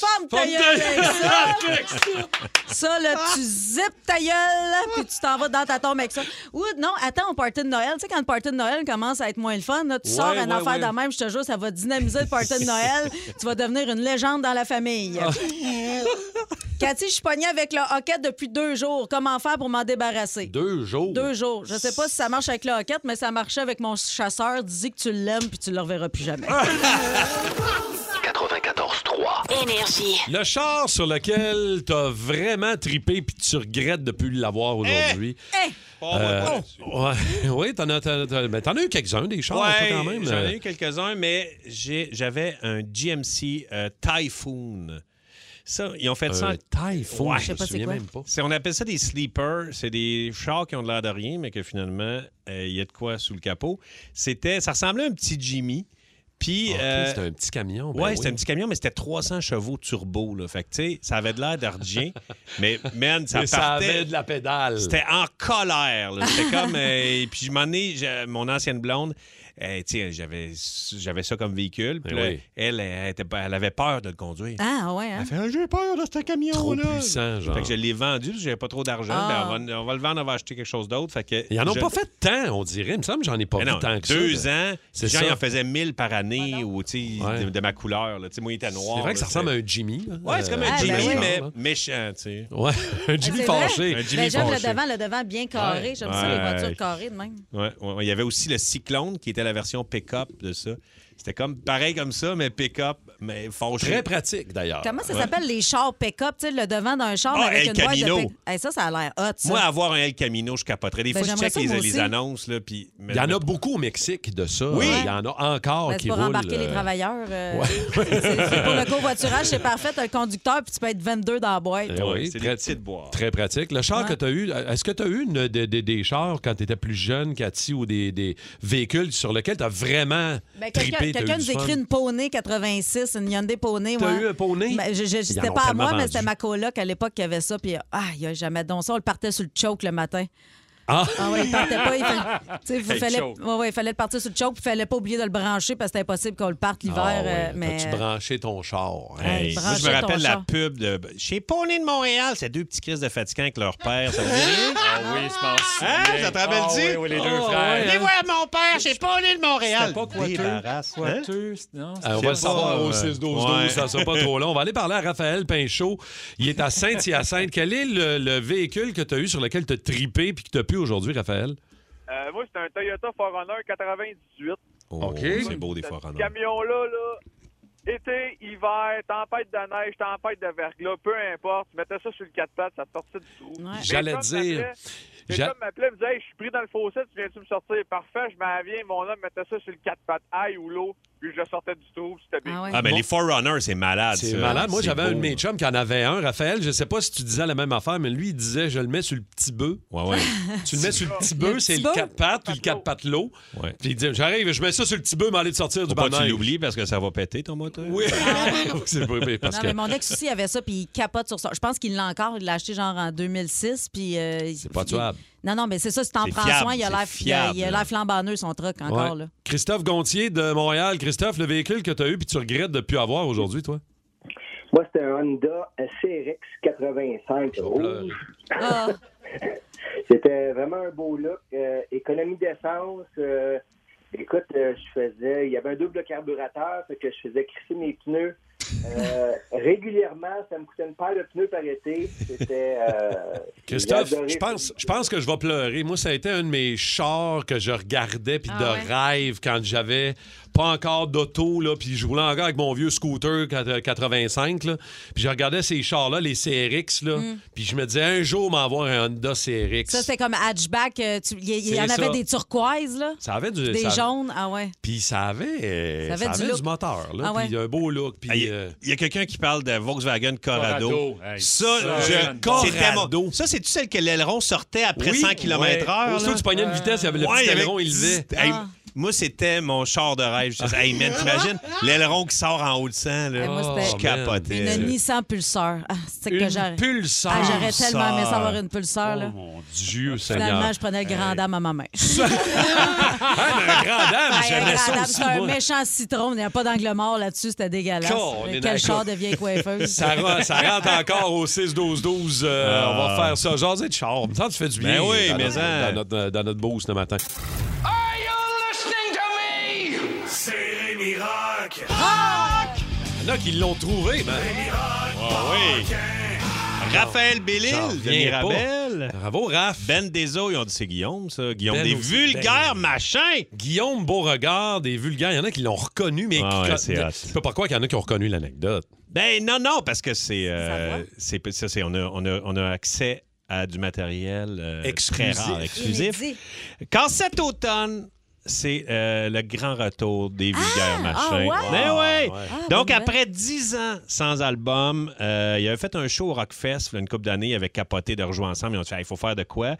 Speaker 4: femme ta
Speaker 14: Ferme
Speaker 4: gueule
Speaker 14: ta gueule
Speaker 4: avec ça.
Speaker 14: avec
Speaker 4: Ça, là, tu zippes ta gueule, puis tu t'en vas dans ta tombe avec ça. Ou non, attends, au party de Noël. Tu sais, quand le party de Noël commence à être moins le fun, là, tu
Speaker 14: Ouais,
Speaker 4: sors un
Speaker 14: ouais,
Speaker 4: affaire
Speaker 14: ouais.
Speaker 4: de même, je te jure, ça va dynamiser le party de Noël. tu vas devenir une légende dans la famille.
Speaker 14: Ah.
Speaker 4: Cathy, je suis pognée avec le hockey depuis deux jours. Comment faire pour m'en débarrasser?
Speaker 3: Deux jours.
Speaker 4: Deux jours. Je sais pas si ça marche avec le hockey, mais ça marchait avec mon chasseur. Dis que tu l'aimes, puis tu le reverras plus jamais.
Speaker 5: Ah!
Speaker 2: 94-3.
Speaker 1: Énergie.
Speaker 3: Le char sur lequel t'as vraiment tripé puis tu regrettes de plus l'avoir
Speaker 5: Eh!
Speaker 3: aujourd'hui.
Speaker 5: Ah,
Speaker 3: Euh, ouais, oui, t'en as, t'en- t'en- mais t'en as eu quelques-uns des chars, toi,
Speaker 5: Ouais,
Speaker 3: quand même. euh,
Speaker 5: J'en ai eu quelques-uns, mais j'ai- j'avais un GMC euh, Typhoon. Ça, ils ont fait ça.
Speaker 3: Un Typhoon,
Speaker 5: Ouais.
Speaker 3: je sais pas Je me c'est souviens quoi. même pas.
Speaker 5: C'est- On appelle ça des sleepers. C'est des chars qui ont de l'air de rien, mais que finalement, euh, il y a de quoi sous le capot. C'était, ça ressemblait à un petit Jimmy. Puis,
Speaker 3: Ah, Ok,
Speaker 5: euh,
Speaker 3: c'était un petit camion. ben
Speaker 5: ouais,
Speaker 3: oui.
Speaker 5: c'était un petit camion, mais c'était 300 chevaux turbo. Là. Fait que, tu sais, ça avait de l'air d'ardien. mais, man, ça
Speaker 3: Mais ça
Speaker 5: partait.
Speaker 3: avait de la pédale.
Speaker 5: euh, C'était en colère. là. C'était comme. euh, et puis, je m'en ai. j'ai- mon ancienne blonde, eh, tu sais, j'avais j'avais ça comme véhicule. Puis
Speaker 3: Eh
Speaker 5: là,
Speaker 3: oui.
Speaker 5: elle, elle, était pas- elle avait peur de le conduire.
Speaker 4: Ah, ouais, hein?
Speaker 5: Elle fait, Ah, j'ai peur de ce camion-là.
Speaker 3: Trop puissant, genre.
Speaker 5: Fait que je l'ai vendu parce que j'avais pas trop d'argent.
Speaker 3: Ah.
Speaker 5: Ben, on, va, on va le vendre, on va acheter quelque chose d'autre. Fait que
Speaker 3: Ils en ont
Speaker 5: je-
Speaker 3: pas fait tant, on dirait. Il me semble que j'en ai pas
Speaker 5: Mais
Speaker 3: vu
Speaker 5: non,
Speaker 3: tant que ça.
Speaker 5: deux
Speaker 3: de-
Speaker 5: ans,
Speaker 3: C'est
Speaker 5: les gens ils
Speaker 3: ça.
Speaker 5: en faisaient 1000 par année ou, tu sais, de, de ma couleur. là. Tu sais, Moi, il était noir.
Speaker 3: C'est vrai que ça
Speaker 5: là,
Speaker 3: ressemble à un Jimmy. là.
Speaker 5: Ouais, c'est comme un
Speaker 3: Euh,
Speaker 5: Jimmy,
Speaker 3: genre,
Speaker 5: mais
Speaker 3: là.
Speaker 5: méchant, tu sais.
Speaker 3: Ouais, un Jimmy
Speaker 4: Ah, C'est vrai?
Speaker 3: fâché.
Speaker 5: Un Jimmy
Speaker 4: Ben, J'aime le
Speaker 5: fâché.
Speaker 4: devant, le devant bien carré.
Speaker 5: Ouais.
Speaker 4: J'aime ça, les
Speaker 5: Ouais. Ah,
Speaker 4: voitures carrées de même.
Speaker 5: Ouais, ouais, ouais. Il y avait aussi le Cyclone, qui était la version pick-up de ça. C'était comme pareil comme ça, mais pick-up, mais fâché.
Speaker 3: Très pratique, d'ailleurs.
Speaker 4: Comment ça
Speaker 5: Ouais.
Speaker 4: s'appelle les chars pick-up, tu sais, le devant d'un char mais
Speaker 5: Ah,
Speaker 4: avec
Speaker 5: El
Speaker 4: une boîte de
Speaker 5: Camino.
Speaker 4: pick- Hey, ça, ça a l'air hot, ça.
Speaker 5: Moi, avoir un El Camino, je capoterais. Des
Speaker 4: Ben,
Speaker 5: fois, je
Speaker 4: j'aimerais
Speaker 5: check
Speaker 4: ça, moi
Speaker 5: les,
Speaker 4: aussi.
Speaker 5: les annonces, là, puis...
Speaker 3: Il y en a beaucoup au Mexique de ça.
Speaker 5: Oui.
Speaker 3: Il y en a encore
Speaker 4: Ben, c'est
Speaker 3: qui
Speaker 4: pour
Speaker 3: roulent.
Speaker 4: embarquer les
Speaker 3: euh,
Speaker 4: travailleurs. euh,
Speaker 3: ouais.
Speaker 4: c'est- c'est pour le covoiturage, c'est parfait. T'as le conducteur, puis tu peux être 22 dans la boîte.
Speaker 3: Eh oui,
Speaker 5: c'est
Speaker 3: très,
Speaker 5: des petites boîtes.
Speaker 3: Très pratique. Le char
Speaker 4: Ouais.
Speaker 3: que tu as eu, est-ce que tu as eu une, des, des- des chars quand tu étais plus jeune, Cathy, ou des, des véhicules sur lesquels tu as vraiment
Speaker 4: Ben, quelqu'un
Speaker 3: trippé? t'as eu
Speaker 4: quelqu'un
Speaker 3: du
Speaker 4: nous
Speaker 3: fun?
Speaker 4: écrit une Poney 86, une Hyundai Poney.
Speaker 3: T'as
Speaker 4: ouais.
Speaker 3: eu un Poney?
Speaker 4: Ben, je- je-
Speaker 3: Ils en
Speaker 4: C'était
Speaker 3: ont
Speaker 4: pas à
Speaker 3: tellement
Speaker 4: moi, mais
Speaker 3: vendu.
Speaker 4: c'était ma coloc à l'époque qui avait ça. Puis, ah, il y a jamais donc ça. On le partait sur le choke le matin.
Speaker 3: Ah!
Speaker 4: Ah ouais, il partait pas. Il, fa- tu sais, il
Speaker 3: Hey,
Speaker 4: fallait,
Speaker 3: choke.
Speaker 4: ouais, ouais, il fallait le partir sur le choke, puis il fallait pas oublier de le brancher parce que c'était impossible qu'on le parte l'hiver.
Speaker 3: Ah
Speaker 4: euh,
Speaker 3: ouais,
Speaker 4: mais
Speaker 3: T'as-tu branché ton char? hein?
Speaker 5: Hey, moi, je me
Speaker 4: Branchez ton
Speaker 5: rappelle la
Speaker 4: char.
Speaker 5: pub de Ben, chez Poney de Montréal, c'est deux petits crises de fatigants avec leur père. Ça vous dit rien?
Speaker 8: Ah oui, je pense.
Speaker 5: Hein, ça te rappelle-tu?
Speaker 8: Oui, oui, les
Speaker 4: Oh,
Speaker 8: deux
Speaker 5: Ah,
Speaker 8: frères.
Speaker 5: ouais, hein? mon père, j'ai pas né de
Speaker 8: C'était pas coiteux.
Speaker 5: Débarrasse, hein?
Speaker 8: Coiteux, non?
Speaker 3: Euh, on
Speaker 8: c'était
Speaker 3: va le savoir
Speaker 8: pas,
Speaker 3: au
Speaker 8: euh,
Speaker 3: 6-12-12,
Speaker 8: ouais.
Speaker 3: ça sera pas trop long. On va aller parler à Raphaël Pinchot. Il est à Saint-Hyacinthe. Quel est le, le véhicule que tu as eu sur lequel tu as tripé puis que tu as pu aujourd'hui, Raphaël?
Speaker 9: Euh, moi, c'est un Toyota 4Runner 98.
Speaker 3: OK.
Speaker 5: C'est beau, des fois,
Speaker 9: Ce
Speaker 5: Renaud.
Speaker 9: camion-là, là, été, hiver, tempête de neige, tempête de verglas, peu importe, tu mettais ça sur le 4 pattes, ça te sortait du trou. Mes
Speaker 3: J'allais
Speaker 9: chums
Speaker 3: dire-
Speaker 9: m'appelaient- Mes
Speaker 3: J'a-
Speaker 9: chums m'appelaient, me disaient, Hey, je suis pris dans le fossé, tu viens-tu me sortir? Parfait, je m'en viens, mon homme mettait ça sur le 4 pattes, aïe ou l'eau, puis je le sortais du trou, puis c'était bien.
Speaker 5: Ah,
Speaker 3: ben,
Speaker 5: mais les Forerunners, c'est malade.
Speaker 3: C'est
Speaker 5: ça.
Speaker 3: malade. Moi,
Speaker 5: C'est
Speaker 3: j'avais
Speaker 5: beau.
Speaker 3: un de mes chums qui en avait un, Raphaël. Je sais pas si tu disais la même affaire, mais lui, il disait je le mets sur le petit bœuf.
Speaker 5: Ouais, ouais.
Speaker 3: tu le mets sur le petit
Speaker 5: Le
Speaker 3: bœuf,
Speaker 5: petit
Speaker 3: c'est le
Speaker 5: bœuf.
Speaker 3: 4 pattes, puis le 4 pattes l'eau.
Speaker 5: Ouais.
Speaker 3: Puis il dit j'arrive, je mets ça sur le petit bœuf, mais aller te sortir du
Speaker 5: Faut pas que tu
Speaker 3: banane.
Speaker 5: l'oublies parce que ça va péter ton moteur. Oui.
Speaker 3: c'est pas parce
Speaker 4: non,
Speaker 3: que.
Speaker 4: mais mon ex aussi avait ça, puis il capote sur ça. Je pense qu'il l'a encore. Il l'a acheté genre en 2006, puis... c'est
Speaker 3: pas tuable.
Speaker 4: Non, non, mais c'est ça, si t'en
Speaker 3: C'est
Speaker 4: prends
Speaker 3: fiable,
Speaker 4: soin, il a
Speaker 3: c'est
Speaker 4: l'air il a- il a
Speaker 3: fiable.
Speaker 4: l'air flambanneux, son truck, encore,
Speaker 3: Ouais.
Speaker 4: là.
Speaker 3: Christophe Gontier de Montréal. Christophe, le véhicule que tu as eu puis tu regrettes de ne plus avoir aujourd'hui, toi?
Speaker 14: Moi, c'était un Honda CRX 85
Speaker 5: Oh.
Speaker 14: rouge.
Speaker 4: Ah,
Speaker 14: C'était vraiment un beau look. Euh, économie d'essence. euh, écoute, euh, je faisais. Il y avait un double carburateur, fait que je faisais crisser mes pneus. Euh, régulièrement, ça me coûtait une paire de pneus par été. C'était. euh,
Speaker 3: Christophe,
Speaker 14: j'ai adoré
Speaker 3: je pense, je pense que je vais pleurer. Moi, ça a été un de mes chars que je regardais puis
Speaker 14: Ah
Speaker 3: de
Speaker 14: ouais?
Speaker 3: rêve quand j'avais pas encore d'auto là, puis je roulais encore avec mon vieux scooter quat- 85 là, puis je regardais ces chars là, les CRX là,
Speaker 14: Hmm.
Speaker 4: Mm.
Speaker 3: puis je me disais un jour m'avoir un Honda CRX.
Speaker 4: Ça, c'était comme hatchback. euh, tu- Il y, il y
Speaker 3: C'est
Speaker 4: en
Speaker 3: ça.
Speaker 4: avait des turquoises, là.
Speaker 3: Ça avait du
Speaker 4: Des
Speaker 3: ça-
Speaker 4: jaunes, ah ouais.
Speaker 3: Puis ça avait, euh,
Speaker 4: Ça avait du look.
Speaker 3: moteur là,
Speaker 4: Ah ouais.
Speaker 3: puis un beau look. Puis euh,
Speaker 5: Ah, Il y a- il y a, quelqu'un qui parle de Volkswagen Corrado.
Speaker 3: Corrado. Hey,
Speaker 5: ça,
Speaker 3: ça,
Speaker 5: je-
Speaker 3: c'est une bonne
Speaker 5: c'était mon- ça, c'est-tu celle que l'aileron sortait après
Speaker 3: Oui,
Speaker 5: 100 km/h?
Speaker 3: ouais. Aussitôt que tu pognais une vitesse, il y avait le petit aileron élevé. Ah.
Speaker 5: Moi, c'était mon char de rêve. Je disais, hey, man, t'imagines l'aileron qui sort en haut de sang? Là.
Speaker 3: Oh,
Speaker 4: Et moi,
Speaker 5: je
Speaker 4: c'était
Speaker 5: capotais.
Speaker 4: Une Nissan Pulseur. Ah, c'est que
Speaker 5: Une
Speaker 4: j'aurais-
Speaker 5: Pulsar.
Speaker 4: Ah, j'aurais tellement aimé
Speaker 5: Pulsar.
Speaker 4: savoir une Pulseur, là.
Speaker 3: Oh, Mon Dieu, Seigneur.
Speaker 4: Finalement, je prenais le grand dame à ma main.
Speaker 3: un grand dame,
Speaker 4: Hey,
Speaker 3: j'aimais ça
Speaker 4: madame,
Speaker 3: aussi,
Speaker 4: c'est un
Speaker 3: moi.
Speaker 4: méchant citron. Il n'y a pas d'angle mort là-dessus. C'était dégueulasse.
Speaker 3: Colin,
Speaker 4: Quel
Speaker 3: écoute.
Speaker 4: char de vieille coiffeuse.
Speaker 3: Ça, re- ça rentre encore au 6-12-12. Euh,
Speaker 5: Ah.
Speaker 3: On va faire ça. Jaser de char. Ça te fait du bien.
Speaker 5: Ben oui,
Speaker 3: dans
Speaker 5: mais
Speaker 3: notre,
Speaker 5: en.
Speaker 3: dans, notre, dans notre boost le matin.
Speaker 2: Are you listening to me? C'est Rémi Rock.
Speaker 3: Il y en a qui l'ont trouvé, man.
Speaker 5: Ah oui. Raphaël Bellil
Speaker 3: J'en
Speaker 5: de
Speaker 3: reviens
Speaker 5: Mirabel.
Speaker 3: Bravo, Raph.
Speaker 5: Ben Deso, ils ont dit c'est Guillaume, ça. Guillaume
Speaker 3: Ben
Speaker 5: des
Speaker 3: aussi,
Speaker 5: vulgaires machins.
Speaker 3: Guillaume Beauregard, des vulgaires. Il y en a qui l'ont reconnu, mais
Speaker 5: Ah
Speaker 3: qui
Speaker 5: ouais,
Speaker 3: con-
Speaker 5: c'est hot.
Speaker 3: Je peux pas croire qu'il y en a qui ont reconnu l'anecdote.
Speaker 5: Ben non, non, parce que c'est. euh, c'est- ça, c'est- on, a, on a- on a accès à du matériel euh,
Speaker 3: Exclusif.
Speaker 5: très rare, exclusif. Quand cet automne, c'est euh, le grand retour des vulgaires machins.
Speaker 2: ah ouais?
Speaker 5: Ben ouais.
Speaker 2: Ah, ouais.
Speaker 5: Donc,
Speaker 2: Ah, bonne
Speaker 5: après 10 ans sans album, euh, il avait fait un show au Rockfest il y a une couple d'années. Il avait capoté de rejouer ensemble. Ils ont dit il faut faire de quoi.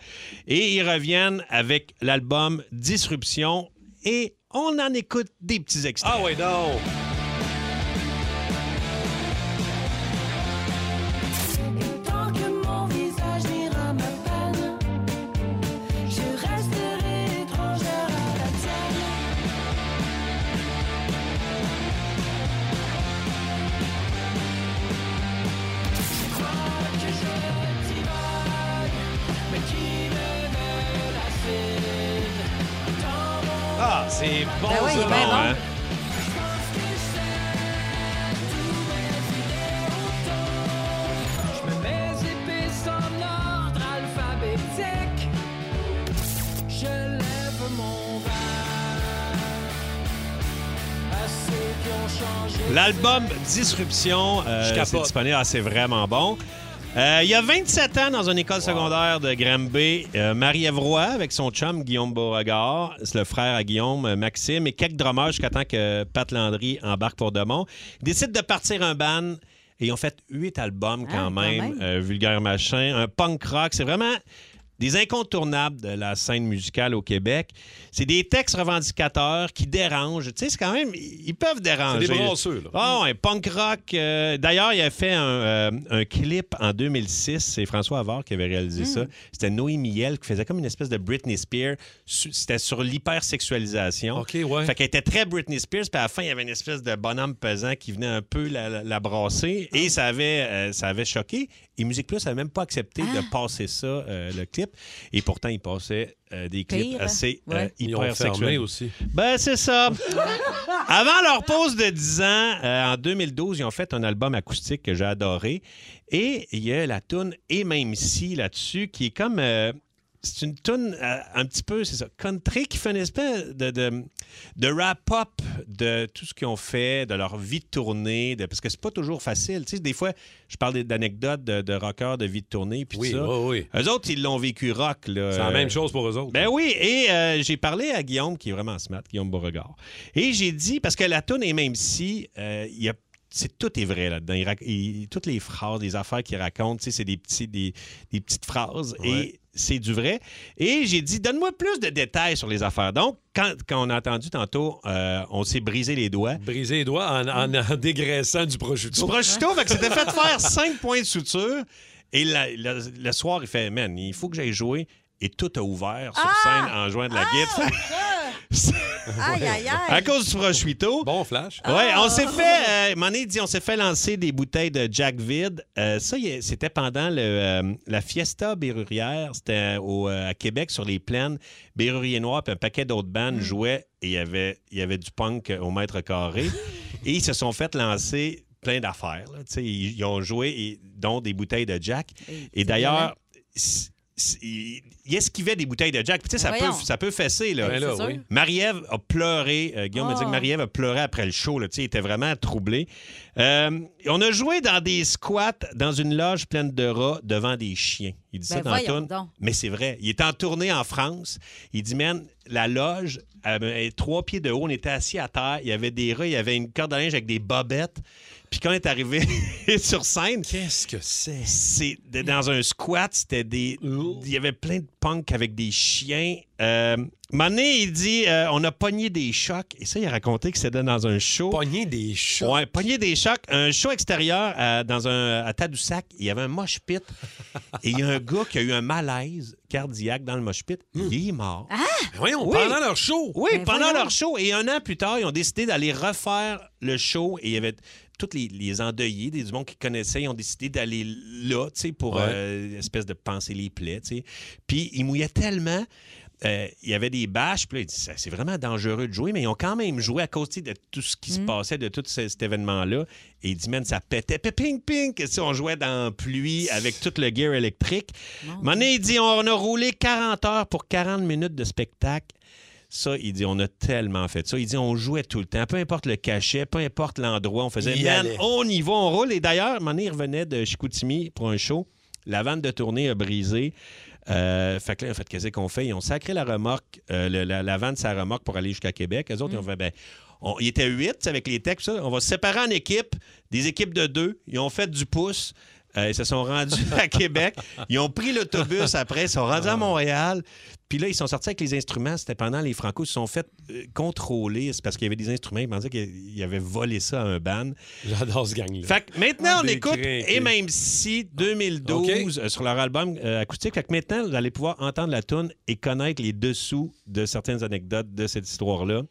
Speaker 5: Et ils reviennent avec l'album Disruption et on en écoute des petits extraits.
Speaker 3: Ah ouais, non.
Speaker 2: Tant que mon visage n'ira ma panne, je resterai étrangère à la tienne.
Speaker 5: Ah, C'est bon,
Speaker 2: Ben oui,
Speaker 5: ça.
Speaker 2: il est bien bon.
Speaker 5: hein?
Speaker 2: Je me mets épices en ordre alphabétique. Je lève mon verre à ceux qui ont changé.
Speaker 5: L'album Disruption, euh,
Speaker 3: Je capote.
Speaker 5: c'est disponible. Ah, c'est vraiment bon. Euh, il y a 27 ans, dans une école secondaire de Granby, euh, Marie-Ève Roy, avec son chum Guillaume Beauregard, c'est le frère à Guillaume, euh, Maxime, et quelques drummers jusqu'à temps que Pat Landry embarque pour Demont, décident de partir un band. Et ils ont fait huit albums quand même, euh, vulgaire machin, un punk rock. C'est vraiment des incontournables de la scène musicale au Québec. C'est des textes revendicateurs qui dérangent. Tu sais, c'est quand même... Ils peuvent déranger.
Speaker 3: C'est des brasseux, là.
Speaker 5: Ah ouais, punk rock. euh, D'ailleurs, il a fait un, euh, un clip en 2006. C'est François Havard qui avait réalisé
Speaker 3: Mm.
Speaker 5: ça. C'était Noémie Miel qui faisait comme une espèce de Britney Spears. Su- C'était sur l'hypersexualisation. OK, ouais. Fait qu'elle était très Britney Spears. Puis à la fin, il y avait une espèce de bonhomme pesant qui venait un peu la, la- la brasser.
Speaker 3: Ah.
Speaker 5: Et ça avait, euh, ça avait choqué. Et Musique Plus n'avait même pas accepté
Speaker 3: Ah.
Speaker 5: de passer ça, euh, le clip. Et pourtant, il passait euh, des clips
Speaker 3: Pire.
Speaker 5: assez euh,
Speaker 3: Ouais. Ils ont fermé
Speaker 5: hypersexuels.
Speaker 3: aussi.
Speaker 5: Ben, c'est ça. Avant leur pause de 10 ans, euh, en 2012, ils ont fait un album acoustique que j'ai adoré. Et il y a la toune Et même si là-dessus, qui est comme. euh, c'est une toune euh, un petit peu, c'est ça, country qui fait une espèce de, de, de wrap-up de tout ce qu'ils ont fait, de leur vie de tournée, de- parce que c'est pas toujours facile. Tu sais, des fois, je parle des- d'anecdotes de, de rockers de vie de tournée, puis
Speaker 3: Oui,
Speaker 5: tout ça.
Speaker 3: oui,
Speaker 5: Eux autres, ils l'ont vécu rock. là.
Speaker 3: C'est la
Speaker 5: Euh,
Speaker 3: même chose pour eux autres.
Speaker 5: ben oui, et euh, j'ai parlé à Guillaume, qui est vraiment smart, Guillaume Beauregard. Et j'ai dit, parce que la toune est même si, euh, il y a- c'est, tout est vrai là-dedans. Il rac- il- toutes les phrases, les affaires qu'il raconte, tu sais, c'est des, petits, des, des petites phrases et c'est du vrai. Et j'ai dit, donne-moi plus de détails sur les affaires. Donc, quand, quand on a entendu tantôt, euh, on s'est brisé les doigts.
Speaker 3: Briser les doigts en, en- en dégraissant du prosciutto.
Speaker 5: Du prosciutto, fait que c'était fait faire 5 points de suture. Et la- la- le soir, il fait Man, il faut que j'aille jouer. Et tout a ouvert sur scène en jouant de la guitare.
Speaker 2: Aïe, aïe, aïe.
Speaker 5: À cause du prosciutto. Bon flash. Ouais, on s'est fait. Euh, Mané dit, on s'est fait lancer des bouteilles de Jack Vide. Euh, ça, il y a- c'était pendant le, euh, la fiesta bérurière. C'était au, euh, à Québec sur les plaines. Bérurier Noir puis un paquet d'autres bandes jouaient et il y avait, il y avait du punk au mètre carré. et ils se sont fait lancer plein d'affaires. là. Tu sais, Ils, ils ont joué, et- dont des bouteilles de Jack. Et d'ailleurs, s- s- ils ils esquivaient des bouteilles de Jack. Puis tu sais, ça
Speaker 3: Ben
Speaker 5: peut,
Speaker 3: voyons.
Speaker 5: ça peut fesser. Là.
Speaker 3: Ben là, C'est oui. sûr.
Speaker 5: Marie-Ève a pleuré. Euh, Guillaume m'a dit que
Speaker 3: Ah.
Speaker 5: Marie-Ève a pleuré après le show. Là, Tu sais, elle était vraiment troublée. Euh, on a joué dans des squats, dans une loge pleine de rats, devant des chiens. Il dit
Speaker 2: Ben
Speaker 5: ça dans la
Speaker 2: voyons
Speaker 5: toune.
Speaker 2: donc.
Speaker 5: Mais c'est vrai. Il est en tournée en France. Il dit, man, la loge, elle est trois pieds de haut, on était assis à terre. Il y avait des rats, il y avait une corde à linge avec des bobettes. Puis quand on est arrivé sur scène... Qu'est-ce que c'est? C'est de- dans un squat, c'était des... Il y avait plein de punks avec des chiens. Euh, Mané, il dit, euh, on a pogné des chocs. Et ça, il a raconté que c'était dans un show. Pogné des chocs? Ouais, pogné des chocs. Un show extérieur à- dans un, à Tadoussac. Il y avait un mosh pit. Et il y a un gars qui a eu un malaise cardiaque dans le mosh pit. Il est mort.
Speaker 3: Voyons,
Speaker 5: Oui.
Speaker 3: pendant leur show.
Speaker 5: Oui,
Speaker 3: Ben
Speaker 5: pendant
Speaker 3: voyons.
Speaker 5: leur show. Et un an plus tard, ils ont décidé d'aller refaire le show. Et il y avait tous les, les endeuillés, des du monde qui connaissaient, ils ont décidé d'aller là, tu sais, pour
Speaker 3: Ouais.
Speaker 5: euh, espèce de penser les plaies, tu sais. Puis ils mouillaient tellement. euh, il y avait des bâches, puis là, ils disaient, Ça, c'est vraiment dangereux de jouer, mais ils ont quand même joué à cause tu sais, de tout ce
Speaker 3: Mm.
Speaker 5: qui se passait, de tout ce- cet événement-là. Et ils disent, man, ça pétait, Puis ping, ping, que si on jouait dans la pluie avec tout le gear électrique. Mané, il dit, on a roulé 40 heures pour 40 minutes de spectacle. Ça, il dit, on a tellement fait ça. Il dit, on jouait tout le temps, peu importe le cachet, peu importe l'endroit, on faisait,
Speaker 3: Il y
Speaker 5: man,
Speaker 3: allait.
Speaker 5: on y va, on roule. Et d'ailleurs, Mané revenait de Chicoutimi pour un show. La vanne de tournée a brisé. Euh, fait que là, en fait, qu'est-ce qu'on fait? Ils ont sacré la remorque, euh, le- la, la vanne de sa remorque pour aller jusqu'à Québec. Les autres, ils ont fait, ben, on, ils étaient huit tu sais, avec les textes. On va se séparer en équipes, des équipes de deux. Ils ont fait du pouce. Euh, ils se sont rendus à Québec. Ils ont pris l'autobus après, ils sont rendus à Montréal. Puis là, ils sont sortis avec les instruments. C'était pendant les Franco. Ils se sont fait euh, contrôler. C'est parce qu'il y avait des instruments. Ils pensaient qu'ils avaient volé ça à un ban.
Speaker 3: J'adore ce gang-là.
Speaker 5: Fait que maintenant, on
Speaker 3: Des
Speaker 5: écoute
Speaker 3: crinqués.
Speaker 5: Et même si 2012 euh, sur leur album euh, acoustique. Fait que maintenant, vous allez pouvoir entendre la tune et connaître les dessous de certaines anecdotes de cette histoire-là.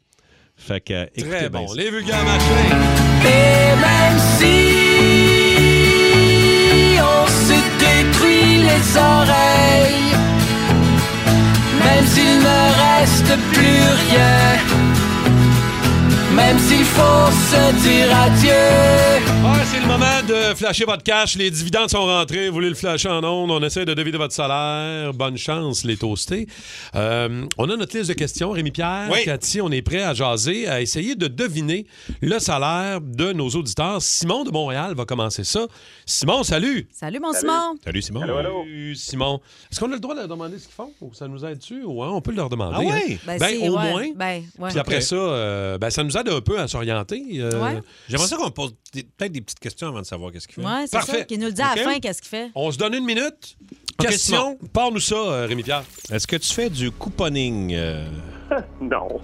Speaker 5: Fait que, euh, écoutez
Speaker 3: Très
Speaker 5: bien
Speaker 3: bon.
Speaker 5: ça.
Speaker 3: Les vulgaires machins.
Speaker 2: Et même si on se détruit les oreilles, même s'il ne reste plus rien,
Speaker 15: même s'il faut se dire adieu.
Speaker 3: Ah, c'est le moment de flasher votre cash. Les dividendes sont rentrés. Vous voulez le flasher en ondes. On essaie de deviner votre salaire. Bonne chance, les toastés. Euh, on a notre liste de questions. Rémi-Pierre,
Speaker 5: Oui.
Speaker 3: Cathy, on est prêt à jaser, à essayer de deviner le salaire de nos auditeurs. Simon de Montréal va commencer ça. Simon, salut!
Speaker 4: Salut, mon Simon.
Speaker 3: Salut, Simon.
Speaker 4: Allô, allô.
Speaker 3: Salut, Simon. Est-ce qu'on a le droit de leur demander ce qu'ils font? Ou ça nous aide-tu? Ou, hein, on peut leur demander.
Speaker 4: Ah ouais?
Speaker 3: hein?
Speaker 4: Ben,
Speaker 3: Ben,
Speaker 4: si,
Speaker 3: au
Speaker 4: ouais.
Speaker 3: moins.
Speaker 4: Ben, ouais.
Speaker 3: Puis après
Speaker 4: Ok.
Speaker 3: ça, euh, ben, ça nous aide un peu à s'orienter. euh,
Speaker 4: Ouais.
Speaker 5: J'aimerais ça qu'on pose des- peut-être des petites questions avant de savoir qu'est-ce qu'il fait.
Speaker 4: Ouais, c'est ça. Qui nous le dit à la fin, qu'est-ce qu'il fait?
Speaker 3: On se donne une minute.
Speaker 5: Ok,
Speaker 3: Question, parle-nous ça, euh, Rémi-Pierre.
Speaker 5: Est-ce que tu fais du couponing? euh?
Speaker 9: non.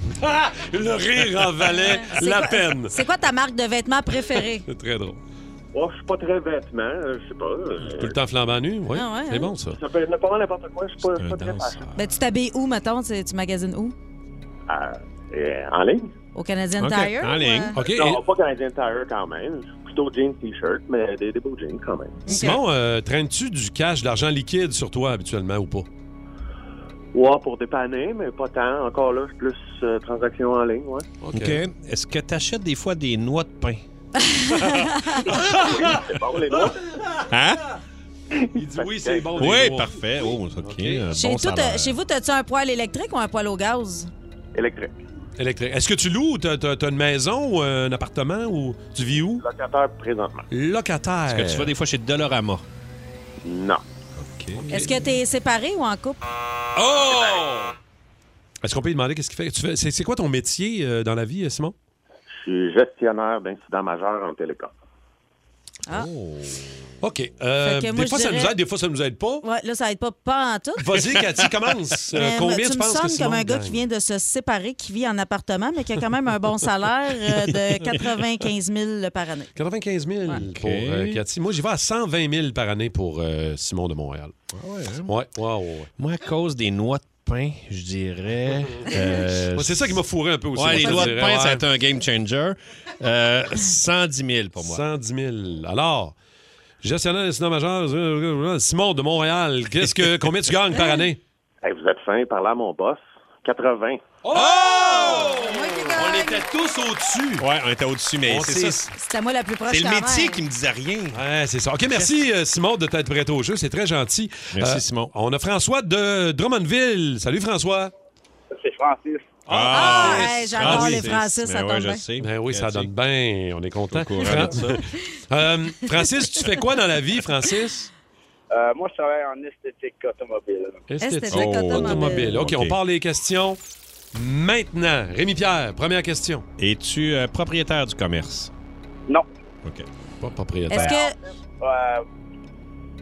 Speaker 3: le rire en valait
Speaker 4: C'est quoi- C'est quoi ta marque de vêtements préférée?
Speaker 3: C'est très drôle.
Speaker 9: Oh, je suis pas très vêtement, euh, je sais pas. euh,
Speaker 3: Tout le temps flambant nu, oui.
Speaker 4: Ah ouais, hein?
Speaker 3: c'est bon, ça.
Speaker 9: Ça peut être pas mal n'importe quoi, je suis pas,
Speaker 3: C'est un
Speaker 9: pas très
Speaker 3: danseur.
Speaker 9: fashion.
Speaker 4: Ben, tu t'habilles où, mettons? Tu tu magasines où?
Speaker 9: Ah, euh, en ligne?
Speaker 4: Au Canadian
Speaker 9: Ok,
Speaker 4: Tire? ou, euh,
Speaker 9: Non, pas Canadian Tire quand même. Plutôt jeans, t-shirt, mais des, des beaux jeans quand même.
Speaker 3: Simon, euh, traînes-tu du cash, de l'argent liquide sur toi habituellement ou pas?
Speaker 9: Ouais, pour dépanner, mais pas tant. Encore là, je suis plus euh, transaction en ligne, ouais.
Speaker 5: OK. Est-ce que tu achètes des fois des noix de pain?
Speaker 9: c'est bon, les noix.
Speaker 5: Hein?
Speaker 3: Il dit oui, c'est bon.
Speaker 5: Oui, parfait. Oh, OK. un
Speaker 4: Chez,
Speaker 5: bon
Speaker 4: tout, euh,
Speaker 5: salaire.
Speaker 4: chez vous, as-tu un poêle électrique ou un poêle au gaz?
Speaker 9: Électrique.
Speaker 3: Électrique. Est-ce que tu loues ou t'as, t'as- t'as une maison ou un appartement ou tu vis où?
Speaker 9: Locataire présentement.
Speaker 3: Locataire.
Speaker 5: Est-ce que tu vas des fois chez Dolorama?
Speaker 9: Non.
Speaker 5: OK.
Speaker 4: Est-ce que tu es séparé ou en couple?
Speaker 3: Oh! Est-ce qu'on peut lui demander qu'est-ce qu'il fait? Tu fais- c'est, c'est quoi ton métier euh, dans la vie, euh, Simon?
Speaker 9: Je suis gestionnaire d'incidents majeurs en télécom.
Speaker 4: Ah.
Speaker 3: OK. Euh,
Speaker 4: Fait que
Speaker 3: des
Speaker 4: moi,
Speaker 3: fois,
Speaker 4: je
Speaker 3: ça nous
Speaker 4: dirais-
Speaker 3: aide, des fois, ça nous aide pas.
Speaker 4: Ouais, là, ça aide pas, pas en tout.
Speaker 3: Vas-y, Cathy, commence. Euh,
Speaker 4: Mais, mais
Speaker 3: combien tu
Speaker 4: me
Speaker 3: penses que
Speaker 4: sonnes
Speaker 3: Simon
Speaker 4: comme un gars
Speaker 3: gagne?
Speaker 4: qui vient de se séparer, qui vit en appartement, mais qui a quand même un bon salaire euh, de 95 000 par année.
Speaker 3: 95 000 pour euh, Cathy. Moi, j'y vais à 120 000 par année pour euh, Simon de Montréal.
Speaker 5: ouais, hein?
Speaker 3: ouais, ouais, ouais, ouais.
Speaker 5: Moi, à cause des noix de pain, je dirais. euh,
Speaker 3: Ouais, c'est ça qui m'a fourré un peu aussi.
Speaker 5: Ouais,
Speaker 3: moi,
Speaker 5: les
Speaker 3: je te
Speaker 5: noix de
Speaker 3: dirais,
Speaker 5: pain,
Speaker 3: ouais.
Speaker 5: ça a été un game changer. Euh, 110 000 pour moi.
Speaker 3: 110 000. Alors, gestionnaire d'incident majeur, euh, Simon de Montréal, qu'est-ce que, combien tu gagnes par année?
Speaker 9: Hey, vous êtes fin, parlez à mon boss. 80.
Speaker 3: On était tous au-dessus.
Speaker 5: Ouais, on était au-dessus, mais
Speaker 3: On
Speaker 5: c'est
Speaker 3: sait.
Speaker 5: ça.
Speaker 4: C'était moi la plus proche.
Speaker 5: C'est le
Speaker 4: quand
Speaker 5: métier
Speaker 4: même.
Speaker 5: qui me disait rien.
Speaker 3: Ouais, c'est ça. OK, merci euh, Simon de t'être prêté au jeu. C'est très gentil. Euh,
Speaker 5: Merci, Simon.
Speaker 3: On a François de Drummondville. Salut François.
Speaker 9: C'est Francis.
Speaker 4: Ah, hey, j'adore
Speaker 3: oui,
Speaker 4: les Francis,
Speaker 3: Ben
Speaker 4: ça
Speaker 3: ouais,
Speaker 4: tombe
Speaker 3: je
Speaker 4: bien.
Speaker 3: sais. Ben oui, ça
Speaker 5: Cathy.
Speaker 3: donne bien. On est content.
Speaker 5: Au courant de ça.
Speaker 3: Euh, Francis, tu fais quoi dans la vie, Francis?
Speaker 16: Euh, moi, je travaille en esthétique automobile.
Speaker 3: Esthétique Oh, automobile. OK, on
Speaker 5: OK.
Speaker 3: parle des questions maintenant. Rémi Pierre, première question.
Speaker 5: Es-tu euh, propriétaire du commerce?
Speaker 16: Non.
Speaker 5: OK.
Speaker 3: Pas propriétaire.
Speaker 4: Est-ce que.
Speaker 16: Euh,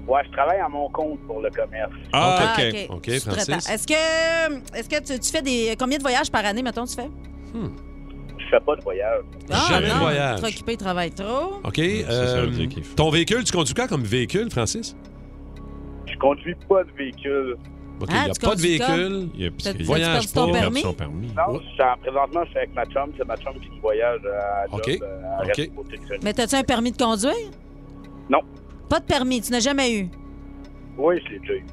Speaker 16: ouais, je travaille à mon compte pour le commerce.
Speaker 3: Ah,
Speaker 4: Ah,
Speaker 3: OK.
Speaker 4: OK.
Speaker 3: OK,
Speaker 4: Je suis très
Speaker 3: Francis.
Speaker 4: tard. Est-ce que, est-ce que tu, tu fais des. Combien de voyages par année, mettons, tu fais?
Speaker 16: Je fais pas de voyage.
Speaker 3: Jamais de
Speaker 4: non,
Speaker 3: voyage.
Speaker 4: Trop occupé, travaille trop.
Speaker 3: OK. euh, ton véhicule, tu conduis quoi comme véhicule, Francis?
Speaker 16: Je conduis pas de véhicule.
Speaker 3: OK,
Speaker 16: Ah,
Speaker 3: il n'y a
Speaker 16: tu
Speaker 3: pas de
Speaker 16: conduis comme?
Speaker 3: véhicule.
Speaker 5: Il y a-
Speaker 16: T'as-
Speaker 3: il
Speaker 16: t'as-tu
Speaker 3: voyage
Speaker 16: perdu ton
Speaker 3: pas.
Speaker 16: permis?
Speaker 9: Oh.
Speaker 16: Non, je suis en- présentement, je suis avec ma chum. C'est ma chum qui voyage à
Speaker 3: OK.
Speaker 16: job, euh, à
Speaker 3: OK.
Speaker 16: Resto-Texas.
Speaker 4: Mais as-tu un permis de conduire?
Speaker 16: Non.
Speaker 4: Pas de permis, tu n'as jamais eu.
Speaker 16: Oui, je l'ai déjà eu.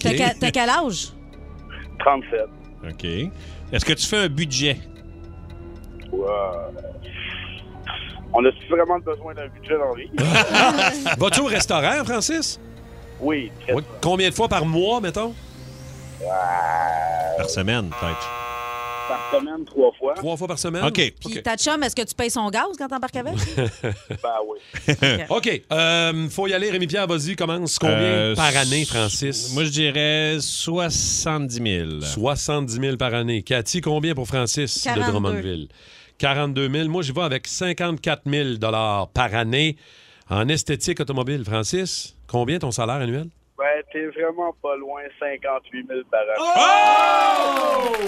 Speaker 4: T'as qu'à- T'as quel âge?
Speaker 16: 37.
Speaker 5: OK. Est-ce que tu fais un budget?
Speaker 16: Ouais. On a vraiment besoin d'un budget dans la vie.
Speaker 3: Vas-tu au restaurant, Francis?
Speaker 16: Oui.
Speaker 3: Ouais, Combien de fois par mois, mettons?
Speaker 5: Par semaine, peut-être.
Speaker 16: Par semaine, trois fois.
Speaker 3: Trois fois par semaine?
Speaker 5: OK.
Speaker 4: Puis ta chum, est-ce que tu payes son gaz quand t'embarques avec?
Speaker 16: Ben oui.
Speaker 3: OK. euh, faut y aller, Rémi-Pierre, vas-y, commence. Combien
Speaker 5: Euh,
Speaker 3: par année, Francis?
Speaker 5: Moi, je dirais 70 000.
Speaker 3: 70 000 par année. Cathy, combien pour Francis
Speaker 5: 42.
Speaker 3: de Drummondville? 42 000. Moi, j'y vais avec 54 000 par année en esthétique automobile. Francis, combien ton salaire annuel?
Speaker 16: Ben, t'es vraiment pas loin, 58 000 par an.
Speaker 17: Ah,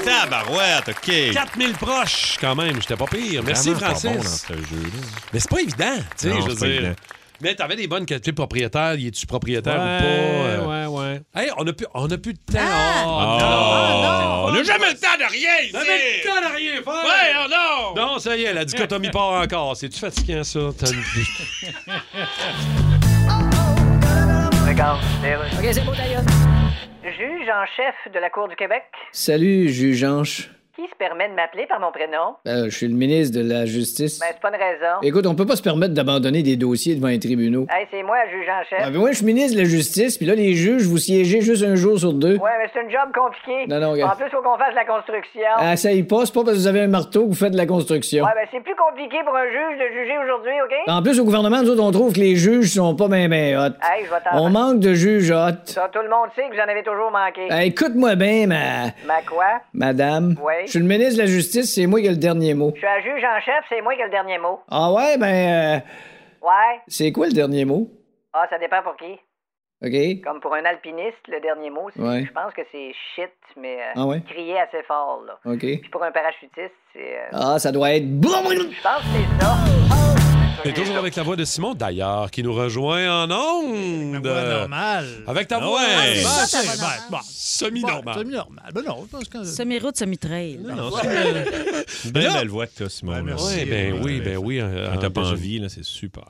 Speaker 5: Tabarouette, OK.
Speaker 3: 4 000 proches, quand même. J'étais pas pire. Merci,
Speaker 5: Vraiment pas
Speaker 3: Francis.
Speaker 5: bon dans ce jeu-là.
Speaker 3: Mais c'est pas évident, tu sais,
Speaker 5: Non,
Speaker 3: je veux
Speaker 5: c'est pas
Speaker 3: dire.
Speaker 5: évident.
Speaker 3: Mais t'avais des bonnes qualités propriétaire. Y es-tu propriétaire
Speaker 5: Ouais,
Speaker 3: ou pas? euh,
Speaker 5: ouais, ouais.
Speaker 3: Hey, on a plus, on a plus de temps. Oh,
Speaker 5: Ah!
Speaker 3: non!
Speaker 5: On n'a jamais le temps de rien ici!
Speaker 3: Jamais le temps de rien faire!
Speaker 5: Ouais, non!
Speaker 3: Non, ça y est, la dichotomie part encore. C'est-tu fatigant, ça? T'as une-
Speaker 18: Juge en chef de la Cour du Québec,
Speaker 6: Salut, juge Anche.
Speaker 18: qui Qui se permet de m'appeler par mon prénom?
Speaker 6: Ben, je suis le ministre de la Justice.
Speaker 18: Ben, c'est pas une raison.
Speaker 6: Écoute, on peut pas se permettre d'abandonner des dossiers devant les tribunaux.
Speaker 18: Hey, c'est moi, le juge en chef.
Speaker 6: Ah, ben ouais, je suis ministre de la Justice, puis là, les juges, vous siégez juste un jour sur deux.
Speaker 18: Ouais, mais c'est une job compliquée.
Speaker 6: Non, non, regarde.
Speaker 18: En plus, faut qu'on fasse la construction.
Speaker 6: Ah, ça y passe pas parce que vous avez un marteau que vous faites de la construction.
Speaker 18: Ouais, ben, c'est plus compliqué pour un juge de juger aujourd'hui, OK?
Speaker 6: En plus, au gouvernement, nous autres, on trouve que les juges sont pas ben, ben hot.
Speaker 18: Hey, je vais t'en-
Speaker 6: on manque de juges hot.
Speaker 18: Ça, tout le monde sait que vous en avez toujours manqué.
Speaker 6: Ben, écoute-moi bien, ma...
Speaker 18: Ma quoi?
Speaker 6: madame.
Speaker 18: Oui.
Speaker 6: Je suis le ministre de la Justice, c'est moi qui ai le dernier mot.
Speaker 18: Je suis un juge en chef, c'est moi qui ai le dernier mot.
Speaker 6: Ah ouais, ben, euh,
Speaker 18: Ouais?
Speaker 6: c'est quoi le dernier mot?
Speaker 18: Ah, ça dépend pour qui.
Speaker 6: OK?
Speaker 18: Comme pour un alpiniste, le dernier mot, c'est-
Speaker 6: Ouais.
Speaker 18: je pense que c'est shit, mais euh,
Speaker 6: Ah ouais?
Speaker 18: crier assez fort, là.
Speaker 6: OK.
Speaker 18: Puis pour un parachutiste, c'est... euh,
Speaker 6: Ah, ça doit être...
Speaker 18: Je pense que c'est ça.
Speaker 3: Et toujours avec la voix de Simon, d'ailleurs, qui nous rejoint en ondes.
Speaker 17: normal.
Speaker 3: Avec ta
Speaker 17: Ah
Speaker 3: voix.
Speaker 17: ouais,
Speaker 3: Ah,
Speaker 17: bah,
Speaker 3: Ben,
Speaker 17: c'est
Speaker 3: c'est-
Speaker 17: ça, ta voix
Speaker 3: ben,
Speaker 17: normale.
Speaker 3: Semi-normal.
Speaker 17: Ouais, Semi-normal. Ben non, je pense que.
Speaker 4: Semi-route, semi-trail.
Speaker 17: Non, c'est-
Speaker 5: Une hein. belle, belle voix que t'as, Simon. là.
Speaker 17: merci.
Speaker 3: Ouais, ben
Speaker 5: Ouais,
Speaker 3: oui, ben oui.
Speaker 5: Quand t'as pas envie, là, c'est super.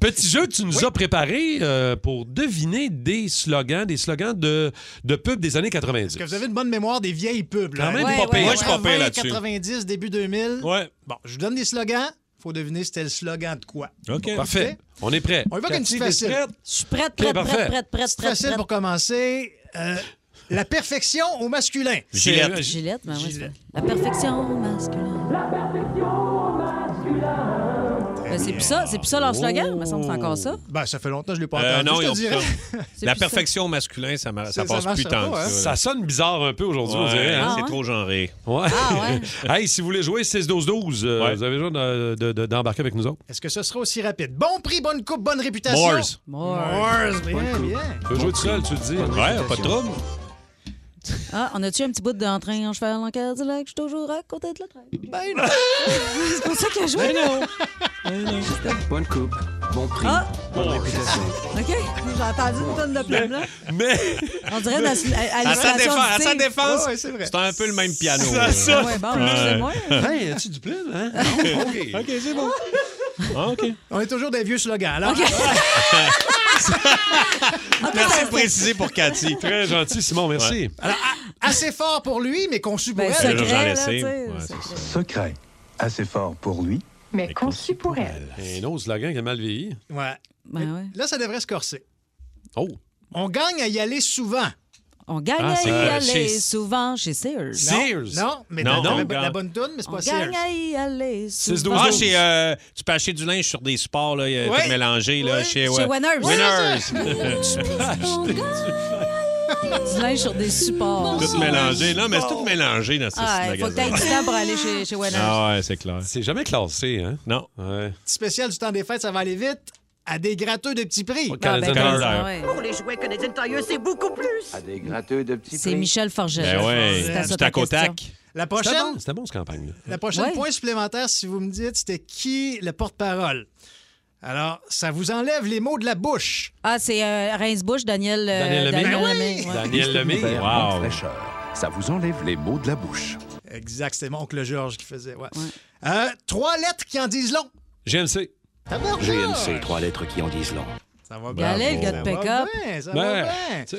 Speaker 3: Petit jeu que tu nous as préparé euh, pour deviner des slogans, des slogans de, de pub des années
Speaker 17: Parce
Speaker 3: 90.
Speaker 17: que vous avez une bonne mémoire des vieilles pubs. là.
Speaker 3: Quand même pas pire. Moi, je suis pas pire
Speaker 17: 80,
Speaker 3: là-dessus.
Speaker 17: 90, début 2000.
Speaker 3: Ouais.
Speaker 17: Bon, je vous donne des slogans. Faut deviner c'était le slogan de quoi.
Speaker 3: OK.
Speaker 17: Bon,
Speaker 3: Parfait. On est prêt.
Speaker 17: On y va avec une petite
Speaker 3: Cathy,
Speaker 17: facile.
Speaker 3: t'es prête?
Speaker 4: prête,
Speaker 3: prête, prête, prête, prête,
Speaker 17: Petite
Speaker 4: prête,
Speaker 17: facile
Speaker 4: prête.
Speaker 17: pour commencer. Euh, la perfection au masculin.
Speaker 4: Gillette. Gillette, ben oui, c'est- La perfection masculine. La perfection masculine. Ben, c'est plus ça, c'est plus ça leur slogan, il me semble que c'est encore ça.
Speaker 17: Ben, ça fait longtemps que je l'ai pas
Speaker 5: Euh,
Speaker 17: entendu.
Speaker 5: non,
Speaker 17: je
Speaker 5: ils ont
Speaker 17: te dirais.
Speaker 4: C'est
Speaker 5: La
Speaker 4: plus ça.
Speaker 5: perfection masculin, ça, mar- ça
Speaker 17: C'est- ça
Speaker 5: passe
Speaker 17: marche
Speaker 5: plus
Speaker 17: pas,
Speaker 5: tant que
Speaker 17: hein?
Speaker 5: ça.
Speaker 3: Ça sonne bizarre un peu aujourd'hui, on
Speaker 5: Ouais,
Speaker 3: dirait. hein?
Speaker 5: C'est trop genré.
Speaker 3: Ouais.
Speaker 17: Ah,
Speaker 3: hey, si vous voulez jouer 6-12-12, euh, vous avez besoin de- de- de- d'embarquer avec nous autres.
Speaker 17: Est-ce que ce sera aussi rapide? Bon prix, bonne coupe, bonne réputation.
Speaker 3: Moores.
Speaker 17: Moores. bien, bien.
Speaker 3: Tu veux jouer tout seul, tu te dis. Ouais, pas de trouble.
Speaker 4: Ah, on a-tu un petit bout d'entrain en cheval en Cadillac? Je suis toujours à côté de la crête.
Speaker 17: Ben non!
Speaker 4: c'est pour ça qu'il a joué?
Speaker 17: Ben non.
Speaker 13: Bonne coupe, bon prix,
Speaker 4: Ah!
Speaker 13: bonne réputation.
Speaker 4: OK, j'ai entendu une tonne de plumes, là.
Speaker 3: Mais.
Speaker 4: On dirait la- à- à
Speaker 5: À sa
Speaker 4: l'illustration
Speaker 5: défense, à sa
Speaker 4: du tigre.
Speaker 5: défense,
Speaker 4: Ouais, ouais,
Speaker 5: c'est
Speaker 4: c'est vrai.
Speaker 5: un peu le même piano.
Speaker 4: Ça sonne Ouais, bon, plus. c'est moi.
Speaker 17: Hey, as-tu du plume, hein? OK, OK, c'est bon.
Speaker 5: Ah, OK.
Speaker 17: On est toujours des vieux slogans, alors.
Speaker 5: Merci de préciser pour Cathy.
Speaker 3: Très gentil, Simon, merci.
Speaker 17: Assez fort pour lui, mais conçu pour Ben, elle. secret,
Speaker 5: là, tu sais,
Speaker 17: Ouais,
Speaker 13: Secret, assez fort pour lui.
Speaker 17: Mais conçu pour elle.
Speaker 3: Et non, slogan qui a mal vieilli.
Speaker 17: Ouais.
Speaker 4: Ben ouais.
Speaker 17: Là, ça devrait se corser.
Speaker 3: Oh!
Speaker 17: On gagne à y aller souvent.
Speaker 4: On gagne
Speaker 17: Ah,
Speaker 4: à
Speaker 17: c'est
Speaker 4: y
Speaker 17: quoi?
Speaker 4: aller
Speaker 17: Chez-
Speaker 4: souvent chez Sears.
Speaker 17: Non, non, mais
Speaker 5: Non,
Speaker 17: t'as-
Speaker 5: non,
Speaker 17: t'avais
Speaker 5: gagne.
Speaker 17: la bonne toune, mais c'est
Speaker 4: On
Speaker 17: pas
Speaker 4: gagne
Speaker 17: Sears.
Speaker 4: à y aller souvent.
Speaker 5: Ah, chez, euh, tu peux acheter du linge sur des sports, là, euh,
Speaker 17: Ouais.
Speaker 5: tout mélangé. Là, chez,
Speaker 4: Chez Winners. Ah,
Speaker 5: Winners.
Speaker 4: Du linge sur des supports.
Speaker 5: tout mélangé. Non, mais c'est tout mélangé dans ce
Speaker 4: Ah, il faut que tu
Speaker 5: magasin. Ah,
Speaker 4: du temps pour aller chez, chez Wenner.
Speaker 5: ouais, c'est clair.
Speaker 3: C'est jamais classé, hein?
Speaker 5: Non.
Speaker 3: Ouais.
Speaker 17: Petit spécial du temps des fêtes, ça va aller vite. À des gratteux de petits prix.
Speaker 3: Canadian Tire.
Speaker 19: Pour les jouets Canadian Tire, c'est beaucoup plus.
Speaker 13: Des gratteux de petits
Speaker 4: C'est Michel Forget.
Speaker 5: Ben ouais,
Speaker 4: C'était ça
Speaker 5: c'est
Speaker 4: ta
Speaker 5: à Kotak.
Speaker 4: question.
Speaker 17: La
Speaker 3: C'était
Speaker 17: prochaine,
Speaker 3: bon, c'était bon, cette campagne-là.
Speaker 17: la prochaine
Speaker 4: Ouais.
Speaker 17: point supplémentaire, si vous me dites, c'était qui le porte-parole? Alors, ça vous enlève les mots de la bouche.
Speaker 4: Ah, c'est euh, Reinsbush, Daniel, euh,
Speaker 17: Daniel Lemay. Ben oui.
Speaker 4: Lemay, ouais.
Speaker 17: Daniel Lemay.
Speaker 13: Verre
Speaker 17: Wow.
Speaker 13: en fraîcheur. Ça vous enlève les mots de la bouche.
Speaker 17: Exact, c'était mon oncle Georges qui faisait. ouais. Euh, trois lettres qui en disent long.
Speaker 3: GMC.
Speaker 17: Tabarnak!
Speaker 13: GMC, trois lettres qui en disent long.
Speaker 17: Ça va
Speaker 4: bien. Allez, le gars de
Speaker 17: Ça va
Speaker 4: pick-up.
Speaker 17: bien, ça
Speaker 13: Ben,
Speaker 17: va bien.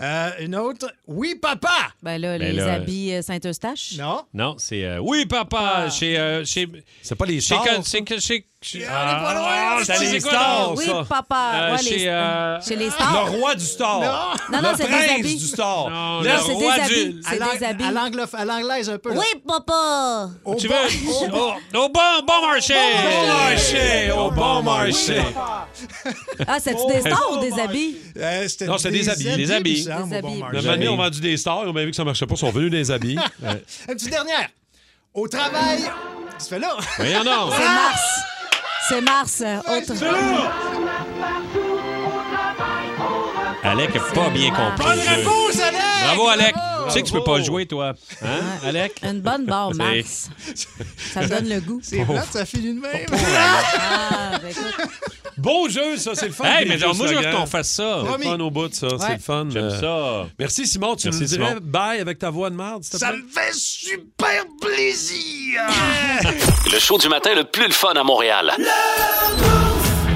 Speaker 17: Euh, une autre. Oui, papa!
Speaker 4: Ben là,
Speaker 5: Ben
Speaker 4: les
Speaker 5: là,
Speaker 4: habits euh, Saint-Eustache.
Speaker 17: Non.
Speaker 5: Non, c'est. euh, oui,
Speaker 17: Ah.
Speaker 5: papa! Chez. euh, chez
Speaker 3: c'est pas les
Speaker 5: chez
Speaker 4: stars, ça?
Speaker 5: Con- C'est que chez. chez-
Speaker 17: pas loin,
Speaker 5: ah,
Speaker 17: on est
Speaker 5: c'est
Speaker 17: pas
Speaker 5: les
Speaker 17: loin.
Speaker 5: stars,
Speaker 4: Oui,
Speaker 5: ça.
Speaker 4: papa.
Speaker 5: Euh,
Speaker 4: Ouais,
Speaker 5: chez,
Speaker 4: les-
Speaker 5: euh,
Speaker 4: chez les stars.
Speaker 5: Le roi du star.
Speaker 4: Non, non,
Speaker 5: le
Speaker 4: c'est des
Speaker 5: prince
Speaker 4: habits.
Speaker 5: du star.
Speaker 4: Non,
Speaker 5: le
Speaker 4: non, c'est des
Speaker 5: roi
Speaker 4: habits.
Speaker 5: du.
Speaker 4: C'est
Speaker 17: l'ang-
Speaker 4: des habits.
Speaker 17: à l'anglof- à l'anglaise un peu. là.
Speaker 4: Oui, papa!
Speaker 17: Au
Speaker 5: Tu
Speaker 17: bon-
Speaker 5: veux.
Speaker 17: au bon-
Speaker 5: Au au bon, bon marché!
Speaker 17: Au bon
Speaker 3: marché!
Speaker 5: Au bon marché!
Speaker 4: Ah, c'est-tu des stars ou des habits?
Speaker 17: Euh, c'était
Speaker 3: Non, c'est des habits, des habits.
Speaker 17: il me semble,
Speaker 4: Des
Speaker 17: au bon
Speaker 4: habits.
Speaker 17: marché.
Speaker 3: Le moment donné, on vendu des stars, ils ont bien vu que ça marchait pas, ils sont venus des habits.
Speaker 17: Une petite dernière. Au travail. Tu fais là.
Speaker 3: Voyons donc.
Speaker 4: C'est Mars. C'est Mars. euh, autre-
Speaker 5: Alec a pas bien compris.
Speaker 17: Bonne
Speaker 5: le jeu.
Speaker 17: réponse, Alec!
Speaker 5: Bravo, Alec!
Speaker 17: Bravo!
Speaker 5: Tu sais que tu peux pas jouer, toi. Hein, Alec?
Speaker 4: Une bonne barre, Mars. Ça me donne le goût.
Speaker 17: C'est plate, ça finit de même.
Speaker 4: Ah, ben écoute.
Speaker 3: Beau jeu, ça, c'est le fun.
Speaker 5: Hey,
Speaker 3: des
Speaker 5: mais
Speaker 3: jeux
Speaker 5: genre, moi, je veux
Speaker 3: slogans.
Speaker 5: qu'on fasse ça.
Speaker 3: C'est
Speaker 5: Promis.
Speaker 3: le fun au bout, ça. C'est
Speaker 5: Ouais.
Speaker 3: le fun. Euh,
Speaker 5: J'aime ça.
Speaker 3: Merci, Simon. Tu
Speaker 5: Merci,
Speaker 3: nous dirais
Speaker 5: Simon.
Speaker 3: bye avec ta voix de marde, s'il te
Speaker 17: Ça
Speaker 3: plaît?
Speaker 17: me fait super plaisir.
Speaker 19: Le show du matin le plus le fun à Montréal.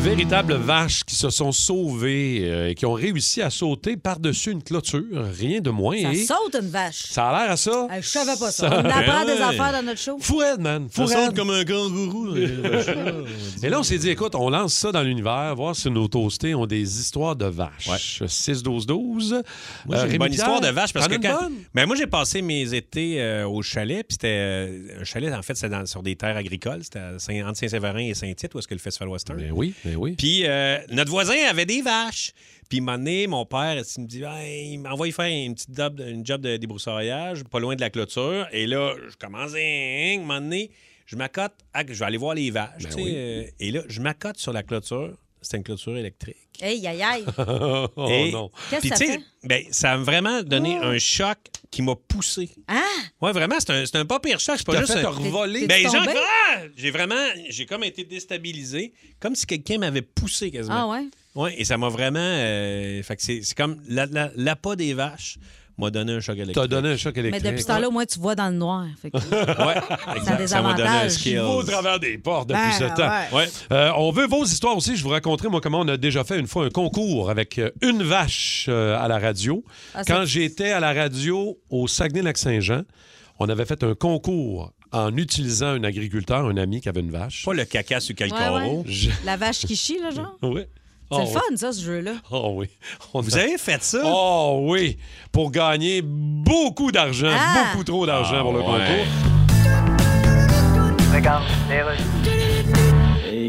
Speaker 3: Véritables vaches qui se sont sauvées euh, et qui ont réussi à sauter par-dessus une clôture, rien de moins.
Speaker 4: Ça
Speaker 3: et
Speaker 4: saute une vache.
Speaker 3: ça a l'air à ça.
Speaker 4: Ah, Je savais pas ça.
Speaker 3: Ça-
Speaker 4: On apprend
Speaker 3: Ouais.
Speaker 4: des affaires dans notre show.
Speaker 3: Fourette, man.
Speaker 5: Ça
Speaker 3: Fourette.
Speaker 5: saute comme un euh, kangourou.
Speaker 3: Et là, on s'est dit, écoute, on lance ça dans l'univers, voir si nos toastés ont des histoires de vaches. 6-12-12.
Speaker 5: Moi, j'ai
Speaker 3: Euh,
Speaker 5: une
Speaker 3: Rémi
Speaker 5: bonne histoire de
Speaker 3: Pierre,
Speaker 5: vache parce
Speaker 3: t'en
Speaker 5: que
Speaker 3: as une
Speaker 5: quand...
Speaker 3: bonne?
Speaker 5: Ben, moi j'ai passé mes étés euh, au chalet puis c'était euh, un chalet en fait c'était dans- sur des terres agricoles c'était à Saint- entre Saint-Séverin et Saint-Tite où est-ce que le festival western.
Speaker 3: oui, oui.
Speaker 5: Puis euh, notre voisin avait des vaches. Puis un moment donné, mon père il me dit Hey, il m'envoie faire une petite job de, une job de débroussaillage pas loin de la clôture et là je commence hein, un moment donné, je m'accote à- je vais aller voir les vaches tu sais,
Speaker 3: Ben oui.
Speaker 5: euh, et là je m'accote sur la clôture c'était une clôture électrique.
Speaker 4: Hey, aïe, aïe.
Speaker 3: Oh
Speaker 5: Et-
Speaker 3: non.
Speaker 4: Qu'est-ce
Speaker 5: Puis,
Speaker 4: que ça
Speaker 5: tu sais,
Speaker 4: fait? Oh.
Speaker 5: ben, ça a vraiment donné un choc qui m'a poussé.
Speaker 4: Ah!
Speaker 5: Ouais, vraiment, c'est un, c'est un pas pire choc. C'est pas
Speaker 3: T'as
Speaker 5: juste.
Speaker 3: fait
Speaker 5: un-
Speaker 3: te revoler.
Speaker 5: Ben,
Speaker 3: T'es-tu
Speaker 5: genre,
Speaker 3: tombé?
Speaker 5: ah! j'ai vraiment. J'ai comme été déstabilisé, comme si quelqu'un m'avait poussé
Speaker 4: Ah
Speaker 5: quasiment.
Speaker 4: ouais?
Speaker 5: Ouais, et ça m'a vraiment. euh, fait que c'est c'est comme la- la- l'appât des vaches m'a donné un choc électrique.
Speaker 3: T'as donné un choc
Speaker 4: Mais
Speaker 3: électrique.
Speaker 4: depuis ce temps-là, au moins, tu vois dans le noir. Fait que-
Speaker 5: ouais,
Speaker 4: Ça a
Speaker 5: exact.
Speaker 4: des
Speaker 5: Ça m'a donné un
Speaker 4: avantages.
Speaker 5: skill.
Speaker 3: au travers des portes depuis
Speaker 4: Ben,
Speaker 3: ce temps.
Speaker 4: ouais.
Speaker 3: Euh, on veut vos histoires aussi. Je vous raconterai, moi, comment on a déjà fait une fois un concours avec euh, une vache euh, à la radio.
Speaker 5: Ah, ça-
Speaker 3: Quand j'étais à la radio au Saguenay-Lac-Saint-Jean, on avait fait un concours en utilisant un agriculteur, un ami qui avait une vache.
Speaker 5: Pas le caca sur
Speaker 4: Ouais,
Speaker 5: quelqu'un
Speaker 4: ouais. La vache qui chie, là, genre.
Speaker 5: Oh,
Speaker 4: C'est le fun, ça, ce jeu-là.
Speaker 3: Oh oui.
Speaker 5: Vous avez fait ça?
Speaker 3: Oh oui. Pour gagner beaucoup d'argent,
Speaker 4: Ah!
Speaker 3: beaucoup trop d'argent pour le
Speaker 5: ouais.
Speaker 3: concours.
Speaker 18: Regarde,
Speaker 6: Et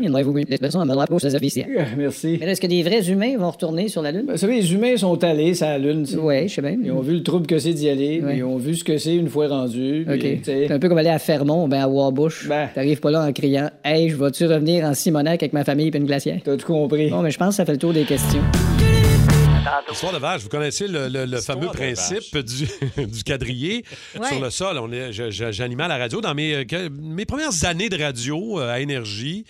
Speaker 7: Il vous une expression à ma droite, gauche, des officiels.
Speaker 6: Euh, Merci.
Speaker 7: Mais là, est-ce que des vrais humains vont retourner sur la Lune?
Speaker 6: Ben, vous savez, les humains sont allés sur la Lune. tu sais.
Speaker 7: Oui, je sais bien.
Speaker 6: Ils ont vu le trouble que c'est d'y aller,
Speaker 7: Ouais.
Speaker 6: puis ils ont vu ce que c'est une fois rendu. puis,
Speaker 7: OK.
Speaker 6: tu sais.
Speaker 7: C'est un peu comme aller à Fermont, ben à Warbush. T'arrives pas là en criant Hey, je vais-tu revenir en Simonac avec ma famille et une glacière?
Speaker 6: T'as tout compris.
Speaker 7: Bon, mais je pense que ça fait le tour des questions.
Speaker 3: Histoire de vache, vous connaissez le, le- le fameux
Speaker 5: de
Speaker 3: principe du, du quadrillé
Speaker 4: Ouais.
Speaker 3: sur le sol. On est- je- je- J'animais à la radio dans mes, euh, que- mes premières années de radio euh, à Énergie,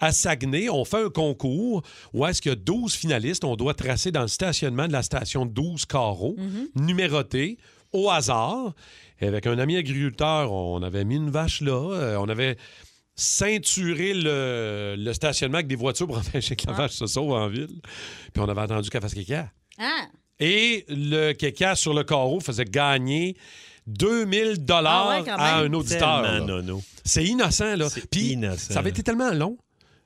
Speaker 3: à Saguenay. On fait un concours où est-ce qu'il y a 12 finalistes. On doit tracer dans le stationnement de la station 12 carreaux, numérotés au hasard. Et avec un ami agriculteur, on avait mis une vache là. euh, on avait ceinturé le, le stationnement avec des voitures pour empêcher que la vache se sauve en ville. Puis on avait entendu qu'elle fasse caca.
Speaker 4: Ah!
Speaker 3: Et le kéka sur le carreau faisait gagner 2000 dollars
Speaker 4: Ah ouais, quand
Speaker 3: à
Speaker 4: même.
Speaker 3: un auditeur.
Speaker 5: Tellement
Speaker 3: là.
Speaker 5: nono.
Speaker 3: C'est innocent, là. Puis
Speaker 5: innocent.
Speaker 3: ça avait été tellement long.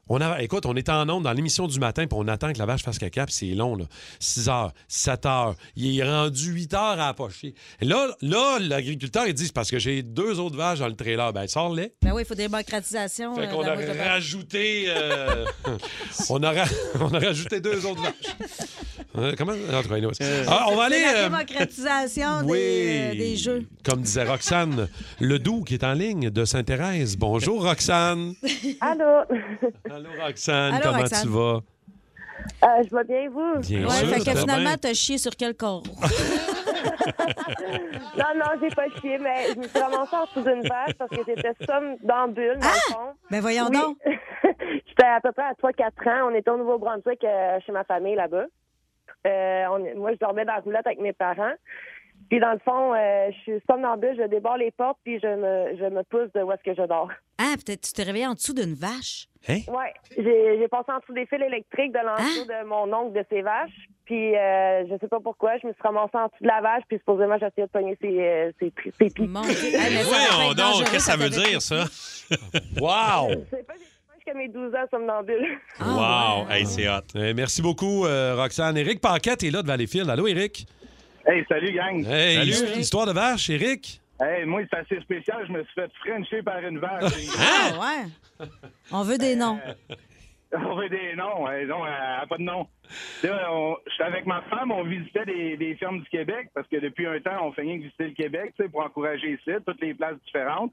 Speaker 3: On a, écoute, on est en onde dans l'émission du matin, puis on attend que la vache fasse caca, puis c'est long, là. 6 heures, 7 heures. Il est rendu 8 heures à approcher. Là, là, l'agriculteur, il dit, c'est parce que j'ai deux autres vaches dans le trailer. Ben, sors-les.
Speaker 4: Ben oui, il faut démocratisation.
Speaker 3: Fait
Speaker 4: euh,
Speaker 3: qu'on
Speaker 4: de la
Speaker 3: a
Speaker 4: voix de la vache.
Speaker 3: rajouté. euh, on, a ra- on a rajouté deux autres vaches. Euh, comment? En tout cas, anyways. Ah, on va aller.
Speaker 4: C'est la
Speaker 3: euh,
Speaker 4: démocratisation des, euh,
Speaker 3: oui.
Speaker 4: des jeux.
Speaker 3: Comme disait Roxane Ledoux, qui est en ligne de Sainte-Thérèse. Bonjour, Roxane.
Speaker 10: Allô?
Speaker 3: Allô, Roxane.
Speaker 4: Allô,
Speaker 3: comment
Speaker 4: Roxane.
Speaker 3: tu vas?
Speaker 10: Euh, je vois bien vous.
Speaker 3: Bien
Speaker 4: Ouais,
Speaker 3: sûr,
Speaker 4: fait
Speaker 3: ça
Speaker 4: que
Speaker 3: va
Speaker 4: finalement,
Speaker 3: bien.
Speaker 4: t'as chié sur quel corps?
Speaker 10: Non, non, j'ai pas chié, mais je me suis ramassée en dessous d'une vache parce que j'étais somme d'ambule, dans le fond.
Speaker 4: Ben voyons
Speaker 10: Oui.
Speaker 4: donc.
Speaker 10: J'étais à peu près à 3-4 ans. On était au Nouveau-Brunswick euh, chez ma famille là-bas. Euh, on- moi, je dormais dans la roulotte avec mes parents. Puis dans le fond, euh, je suis somnambule, je déborde les portes, puis je me, je me pousse de où est-ce que je dors.
Speaker 4: Ah, peut-être tu t'es réveillé en dessous d'une vache.
Speaker 10: Ouais, j'ai j'ai passé en dessous des fils électriques de
Speaker 4: Hein?
Speaker 10: l'enceau de mon oncle de ses vaches. Puis euh, je sais pas pourquoi, je me suis ramassée en dessous de la vache, puis supposément j'essayais de pogner ses, euh, ses, tri- ses pieds.
Speaker 4: Ah, mais ça doit
Speaker 5: Voyons
Speaker 4: être
Speaker 5: donc,
Speaker 4: dangereux,
Speaker 5: qu'est-ce que ça veut
Speaker 4: doit être-
Speaker 5: dire, ça?
Speaker 3: Wow!
Speaker 10: Je sais pas, j'ai fait jusqu'à mes 12 ans somnambule.
Speaker 4: Ah
Speaker 5: Wow! Hey, c'est hot.
Speaker 3: Euh, merci beaucoup, euh, Roxane. Éric Paquette est là de Valleyfield. Allô, Éric?
Speaker 16: Hey, salut, gang.
Speaker 3: Hey,
Speaker 16: Salut,
Speaker 3: his-
Speaker 16: Éric.
Speaker 3: Histoire de vache, Éric?
Speaker 16: Hey, moi, c'est assez spécial. Je me suis fait frencher par une vache.
Speaker 5: Hein?
Speaker 4: Ah, ouais. On veut des noms.
Speaker 5: Euh,
Speaker 16: On veut des noms. hein. Non, elle a pas de nom. Là, on- j'étais avec ma femme, on visitait des, des fermes du Québec parce que depuis un temps, on fait rien que visiter le Québec tu sais, pour encourager ici, toutes les places différentes.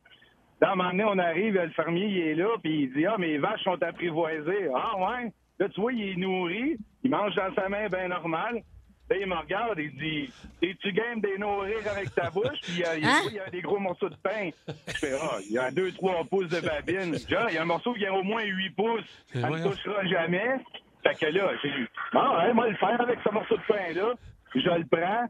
Speaker 16: Là, à un moment donné, on arrive, le fermier, il est là, puis il dit Ah, mes vaches sont apprivoisées. Ah, ouais. Là, tu vois, il est nourri, il mange dans sa main bien normal. Là, il me regarde, il dit Es-tu game des nourrir avec ta bouche Puis euh, il,
Speaker 2: Hein?
Speaker 16: il y a des gros morceaux de pain. Je fais Ah, il y a deux, trois pouces de babine. Je dis, Ah, il y a un morceau qui a au moins huit pouces.
Speaker 2: Eh,
Speaker 16: Elle ne
Speaker 2: voyons.
Speaker 16: touchera jamais. Fait que là, j'ai dit Ah, ouais, moi, le faire avec ce morceau de pain-là, je le prends.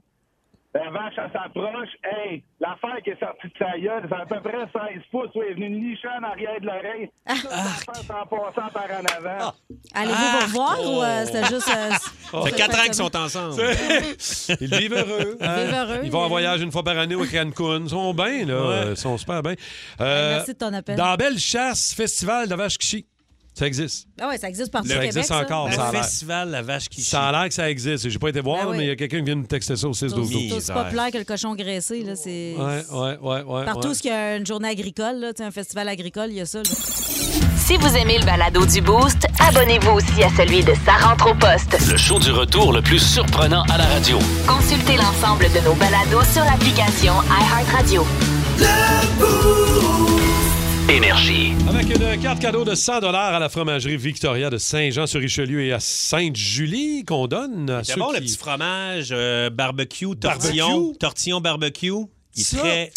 Speaker 16: La vache, elle s'approche. Hey, l'affaire qui est sortie de sa gueule, c'est à peu près 16 pouces. Oui, elle est venue nicher en arrière de l'oreille. Toute l'affaire en passant par en avant.
Speaker 4: Allez-vous vous revoir ou euh, c'était juste. euh,
Speaker 5: Ah! Oh! Ça fait quatre ans qu'ils sont ensemble.
Speaker 3: Ils vivent heureux. hein?
Speaker 4: Ils vivent heureux,
Speaker 3: Ils vont en
Speaker 4: oui.
Speaker 3: voyage une fois par année au Cancun. Ils sont bien, là. Ils sont super bien. Euh,
Speaker 4: Hey, merci de ton appel.
Speaker 3: Dans Belle Chasse, Festival de Vache qui chie. Ça existe.
Speaker 4: Ah ouais, ça existe partout
Speaker 3: Ça
Speaker 4: au Québec.
Speaker 3: existe encore,
Speaker 5: Le
Speaker 3: ça a l'air.
Speaker 5: festival La Vache qui
Speaker 3: Ça a l'air que ça existe. J'ai pas été voir,
Speaker 4: Ben oui.
Speaker 3: mais il y a quelqu'un qui vient de me texter ça au 6
Speaker 4: C'est
Speaker 3: 12
Speaker 4: aussi- c'est aussi populaire que le cochon graissé. Là, c'est...
Speaker 3: Ouais, ouais, ouais, ouais.
Speaker 4: Partout
Speaker 3: ouais.
Speaker 4: où il y a une journée agricole, là, tu sais, un festival agricole, il y a ça. là.
Speaker 5: Ah,
Speaker 1: Si vous aimez le balado du Boost, abonnez-vous aussi à celui de Sa rentre au poste.
Speaker 19: Le show du retour le plus surprenant à la radio.
Speaker 1: Consultez l'ensemble de nos balados sur l'application iHeartRadio.
Speaker 19: Énergie.
Speaker 3: Avec une carte cadeau de 100 à la fromagerie Victoria de Saint-Jean-sur-Richelieu et à Sainte-Julie qu'on donne à
Speaker 5: C'est
Speaker 3: ceux
Speaker 5: bon,
Speaker 3: qui...
Speaker 5: le petit fromage, euh, barbecue, tortillon.
Speaker 3: Barbecue?
Speaker 5: Tortillon barbecue. Il est
Speaker 3: Ça,
Speaker 5: très...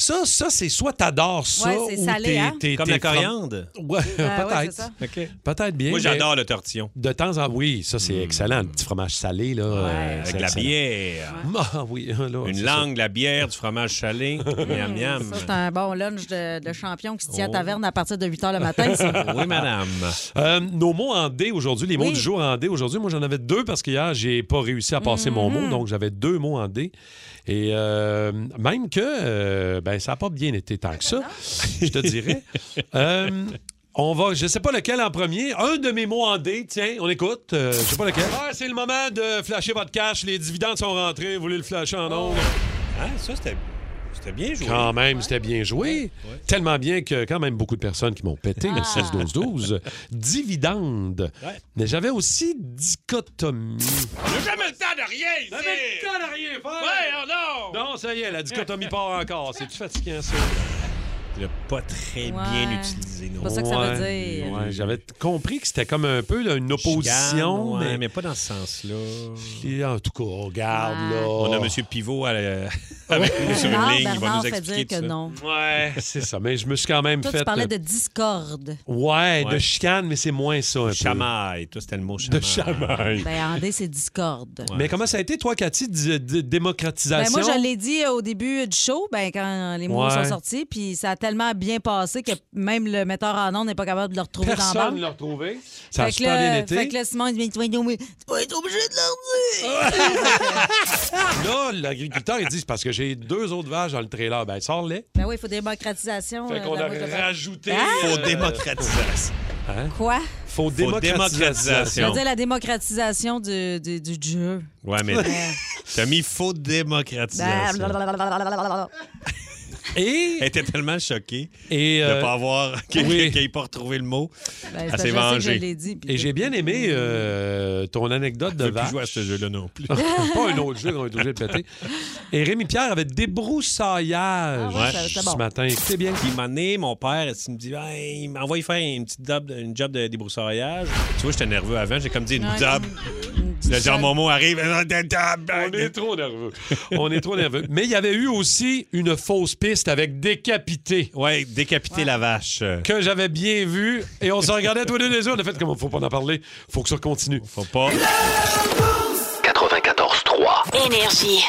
Speaker 3: Ça, ça c'est soit t'adores ça
Speaker 5: Ouais, c'est
Speaker 3: ou
Speaker 5: salé,
Speaker 3: t'es-
Speaker 5: hein?
Speaker 3: t'es-
Speaker 5: Comme
Speaker 3: t'es
Speaker 5: la
Speaker 3: Eh, from-
Speaker 5: coriandre? Ah,
Speaker 3: Ouais,
Speaker 5: ouais, c'est
Speaker 3: peut-être.
Speaker 5: ça. OK.
Speaker 3: Peut-être bien.
Speaker 5: Moi,
Speaker 3: mais
Speaker 5: j'adore le tortillon.
Speaker 3: De temps en temps, oui, ça c'est excellent. Le petit fromage salé, là. euh,
Speaker 5: Avec
Speaker 3: c'est
Speaker 5: de la
Speaker 3: excellent.
Speaker 5: bière.
Speaker 3: Ah oui, là,
Speaker 5: Une
Speaker 3: c'est
Speaker 5: langue, de la bière, du fromage salé. miam, miam.
Speaker 4: Ça, c'est un bon lunch de, de champion qui se tient
Speaker 3: Oh.
Speaker 4: à taverne à partir de 8 h le matin. ça.
Speaker 5: Oui, madame.
Speaker 3: Euh, nos mots en D aujourd'hui, les mots
Speaker 4: Oui.
Speaker 3: du jour en D aujourd'hui, moi j'en avais deux parce qu'hier j'ai pas réussi à passer mon mot, donc j'avais deux mots en D. Et euh, même que euh, ben, ça n'a pas bien été tant que ça, je te dirais. Euh, on va, je sais pas lequel en premier, un de mes mots en D, tiens, on écoute, euh, je sais pas lequel. Ah, c'est le moment de flasher votre cash, les dividendes sont rentrés, vous voulez le flasher en ondes.
Speaker 5: Ah, ça, c'était c'était bien joué.
Speaker 3: Quand même, c'était bien joué. Tellement bien que quand même beaucoup de personnes qui m'ont pété le 6-12-12. Dividende.
Speaker 5: Ouais.
Speaker 3: Mais j'avais aussi dichotomie.
Speaker 2: On n'a jamais le temps de rien ici! On Ah, le temps de rien faire!
Speaker 5: hein.
Speaker 2: Ouais, non!
Speaker 3: Non, ça y est, la dichotomie part encore. C'est-tu fatigant, ça?
Speaker 5: Le pas très
Speaker 2: Ouais.
Speaker 5: bien utilisé, non?
Speaker 2: Pas ça que ça veut
Speaker 3: Ouais,
Speaker 2: dire.
Speaker 3: ouais, j'avais compris que c'était comme un peu là, une opposition.
Speaker 5: Chicane, ouais,
Speaker 3: mais...
Speaker 5: mais pas dans ce sens-là.
Speaker 3: Et En tout cas, regarde, là.
Speaker 5: On a M. Pivot à la- avec nous sur
Speaker 4: Bernard,
Speaker 5: une ligne. il va
Speaker 4: Bernard
Speaker 5: nous
Speaker 4: fait
Speaker 5: expliquer
Speaker 4: dire
Speaker 5: tout
Speaker 4: que
Speaker 5: ça.
Speaker 4: non.
Speaker 3: Ouais, c'est ça. Mais je me suis quand même
Speaker 4: Toi,
Speaker 3: fait.
Speaker 4: tu parlais de
Speaker 3: euh,
Speaker 4: discorde.
Speaker 3: Ouais, de
Speaker 5: Ouais.
Speaker 3: chicane, mais c'est moins ça. Un
Speaker 5: Chamaille. Toi, c'était le mot
Speaker 3: chamaille. De chamaille.
Speaker 4: Ben, en D, c'est discorde.
Speaker 3: Mais comment ça a été, toi, Cathy, d- d-
Speaker 4: Ben,
Speaker 3: démocratisation?
Speaker 4: moi, je l'ai dit au début du show, ben, quand les mots
Speaker 3: Ouais.
Speaker 4: sont sortis, puis ça a tellement bien passé que même le metteur en ondes n'est pas capable de le retrouver dans la
Speaker 3: Personne
Speaker 4: banque.
Speaker 3: ne l'a retrouvé. Ça a
Speaker 4: Fait que
Speaker 3: super
Speaker 4: là-
Speaker 3: bien
Speaker 4: Fait que
Speaker 3: été.
Speaker 4: là, Simon, il dit, tu vas être obligé- tu vas être obligé de leur dire.
Speaker 3: Là, l'agriculteur, il dit, c'est parce que j'ai deux autres vaches dans le trailer. Ben, sors-les.
Speaker 4: Ben oui, il faut démocratisation.
Speaker 3: Fait
Speaker 4: euh,
Speaker 3: qu'on
Speaker 4: dans
Speaker 3: a
Speaker 4: votre-
Speaker 3: rajouté...
Speaker 4: Hein?
Speaker 5: Faut démocratisation.
Speaker 3: Hein?
Speaker 4: Quoi?
Speaker 3: Faut
Speaker 4: Je veux
Speaker 3: démocratisation.
Speaker 4: dire la démocratisation du, du, du jeu.
Speaker 5: Ouais, mais t'as mis faux démocratisation.
Speaker 4: Ben,
Speaker 3: Et...
Speaker 5: Elle était tellement choquée
Speaker 3: Et,
Speaker 5: de
Speaker 3: euh,
Speaker 5: ne pas avoir qu'elle
Speaker 3: oui.
Speaker 5: n'ait pas retrouvé le mot.
Speaker 4: Ben,
Speaker 5: elle
Speaker 4: c'est
Speaker 5: s'est
Speaker 4: parce que je sais que je
Speaker 5: vengée.
Speaker 4: l'ai dit, puis-
Speaker 3: Et j'ai bien aimé euh, ton anecdote
Speaker 5: Je
Speaker 3: de
Speaker 5: Ah, veux plus
Speaker 3: vache. Ah,
Speaker 5: jouer à ce jeu-là non plus.
Speaker 3: Pas un autre jeu qu'on est obligé de péter. Et Rémi-Pierre avait débroussaillage
Speaker 5: Ouais.
Speaker 3: ce matin. Écoutez bien.
Speaker 5: Puis, un moment donné, mon père, il me dit, Hey, il m'envoie faire une petite job, une job de débroussaillage. Tu vois, j'étais nerveux avant. J'ai comme dit une
Speaker 3: Ouais,
Speaker 5: job. Le genre, mon mot arrive. On
Speaker 3: est trop nerveux. On est trop nerveux. Mais il y avait eu aussi une fausse piste avec décapité.
Speaker 5: Oui, décapité la vache.
Speaker 3: Que j'avais bien vu. Et on se regardait tous les deux les yeux. On a fait comme faut pas en parler. Faut que ça continue. Faut
Speaker 5: pas.
Speaker 19: 94-3.
Speaker 1: Énergie.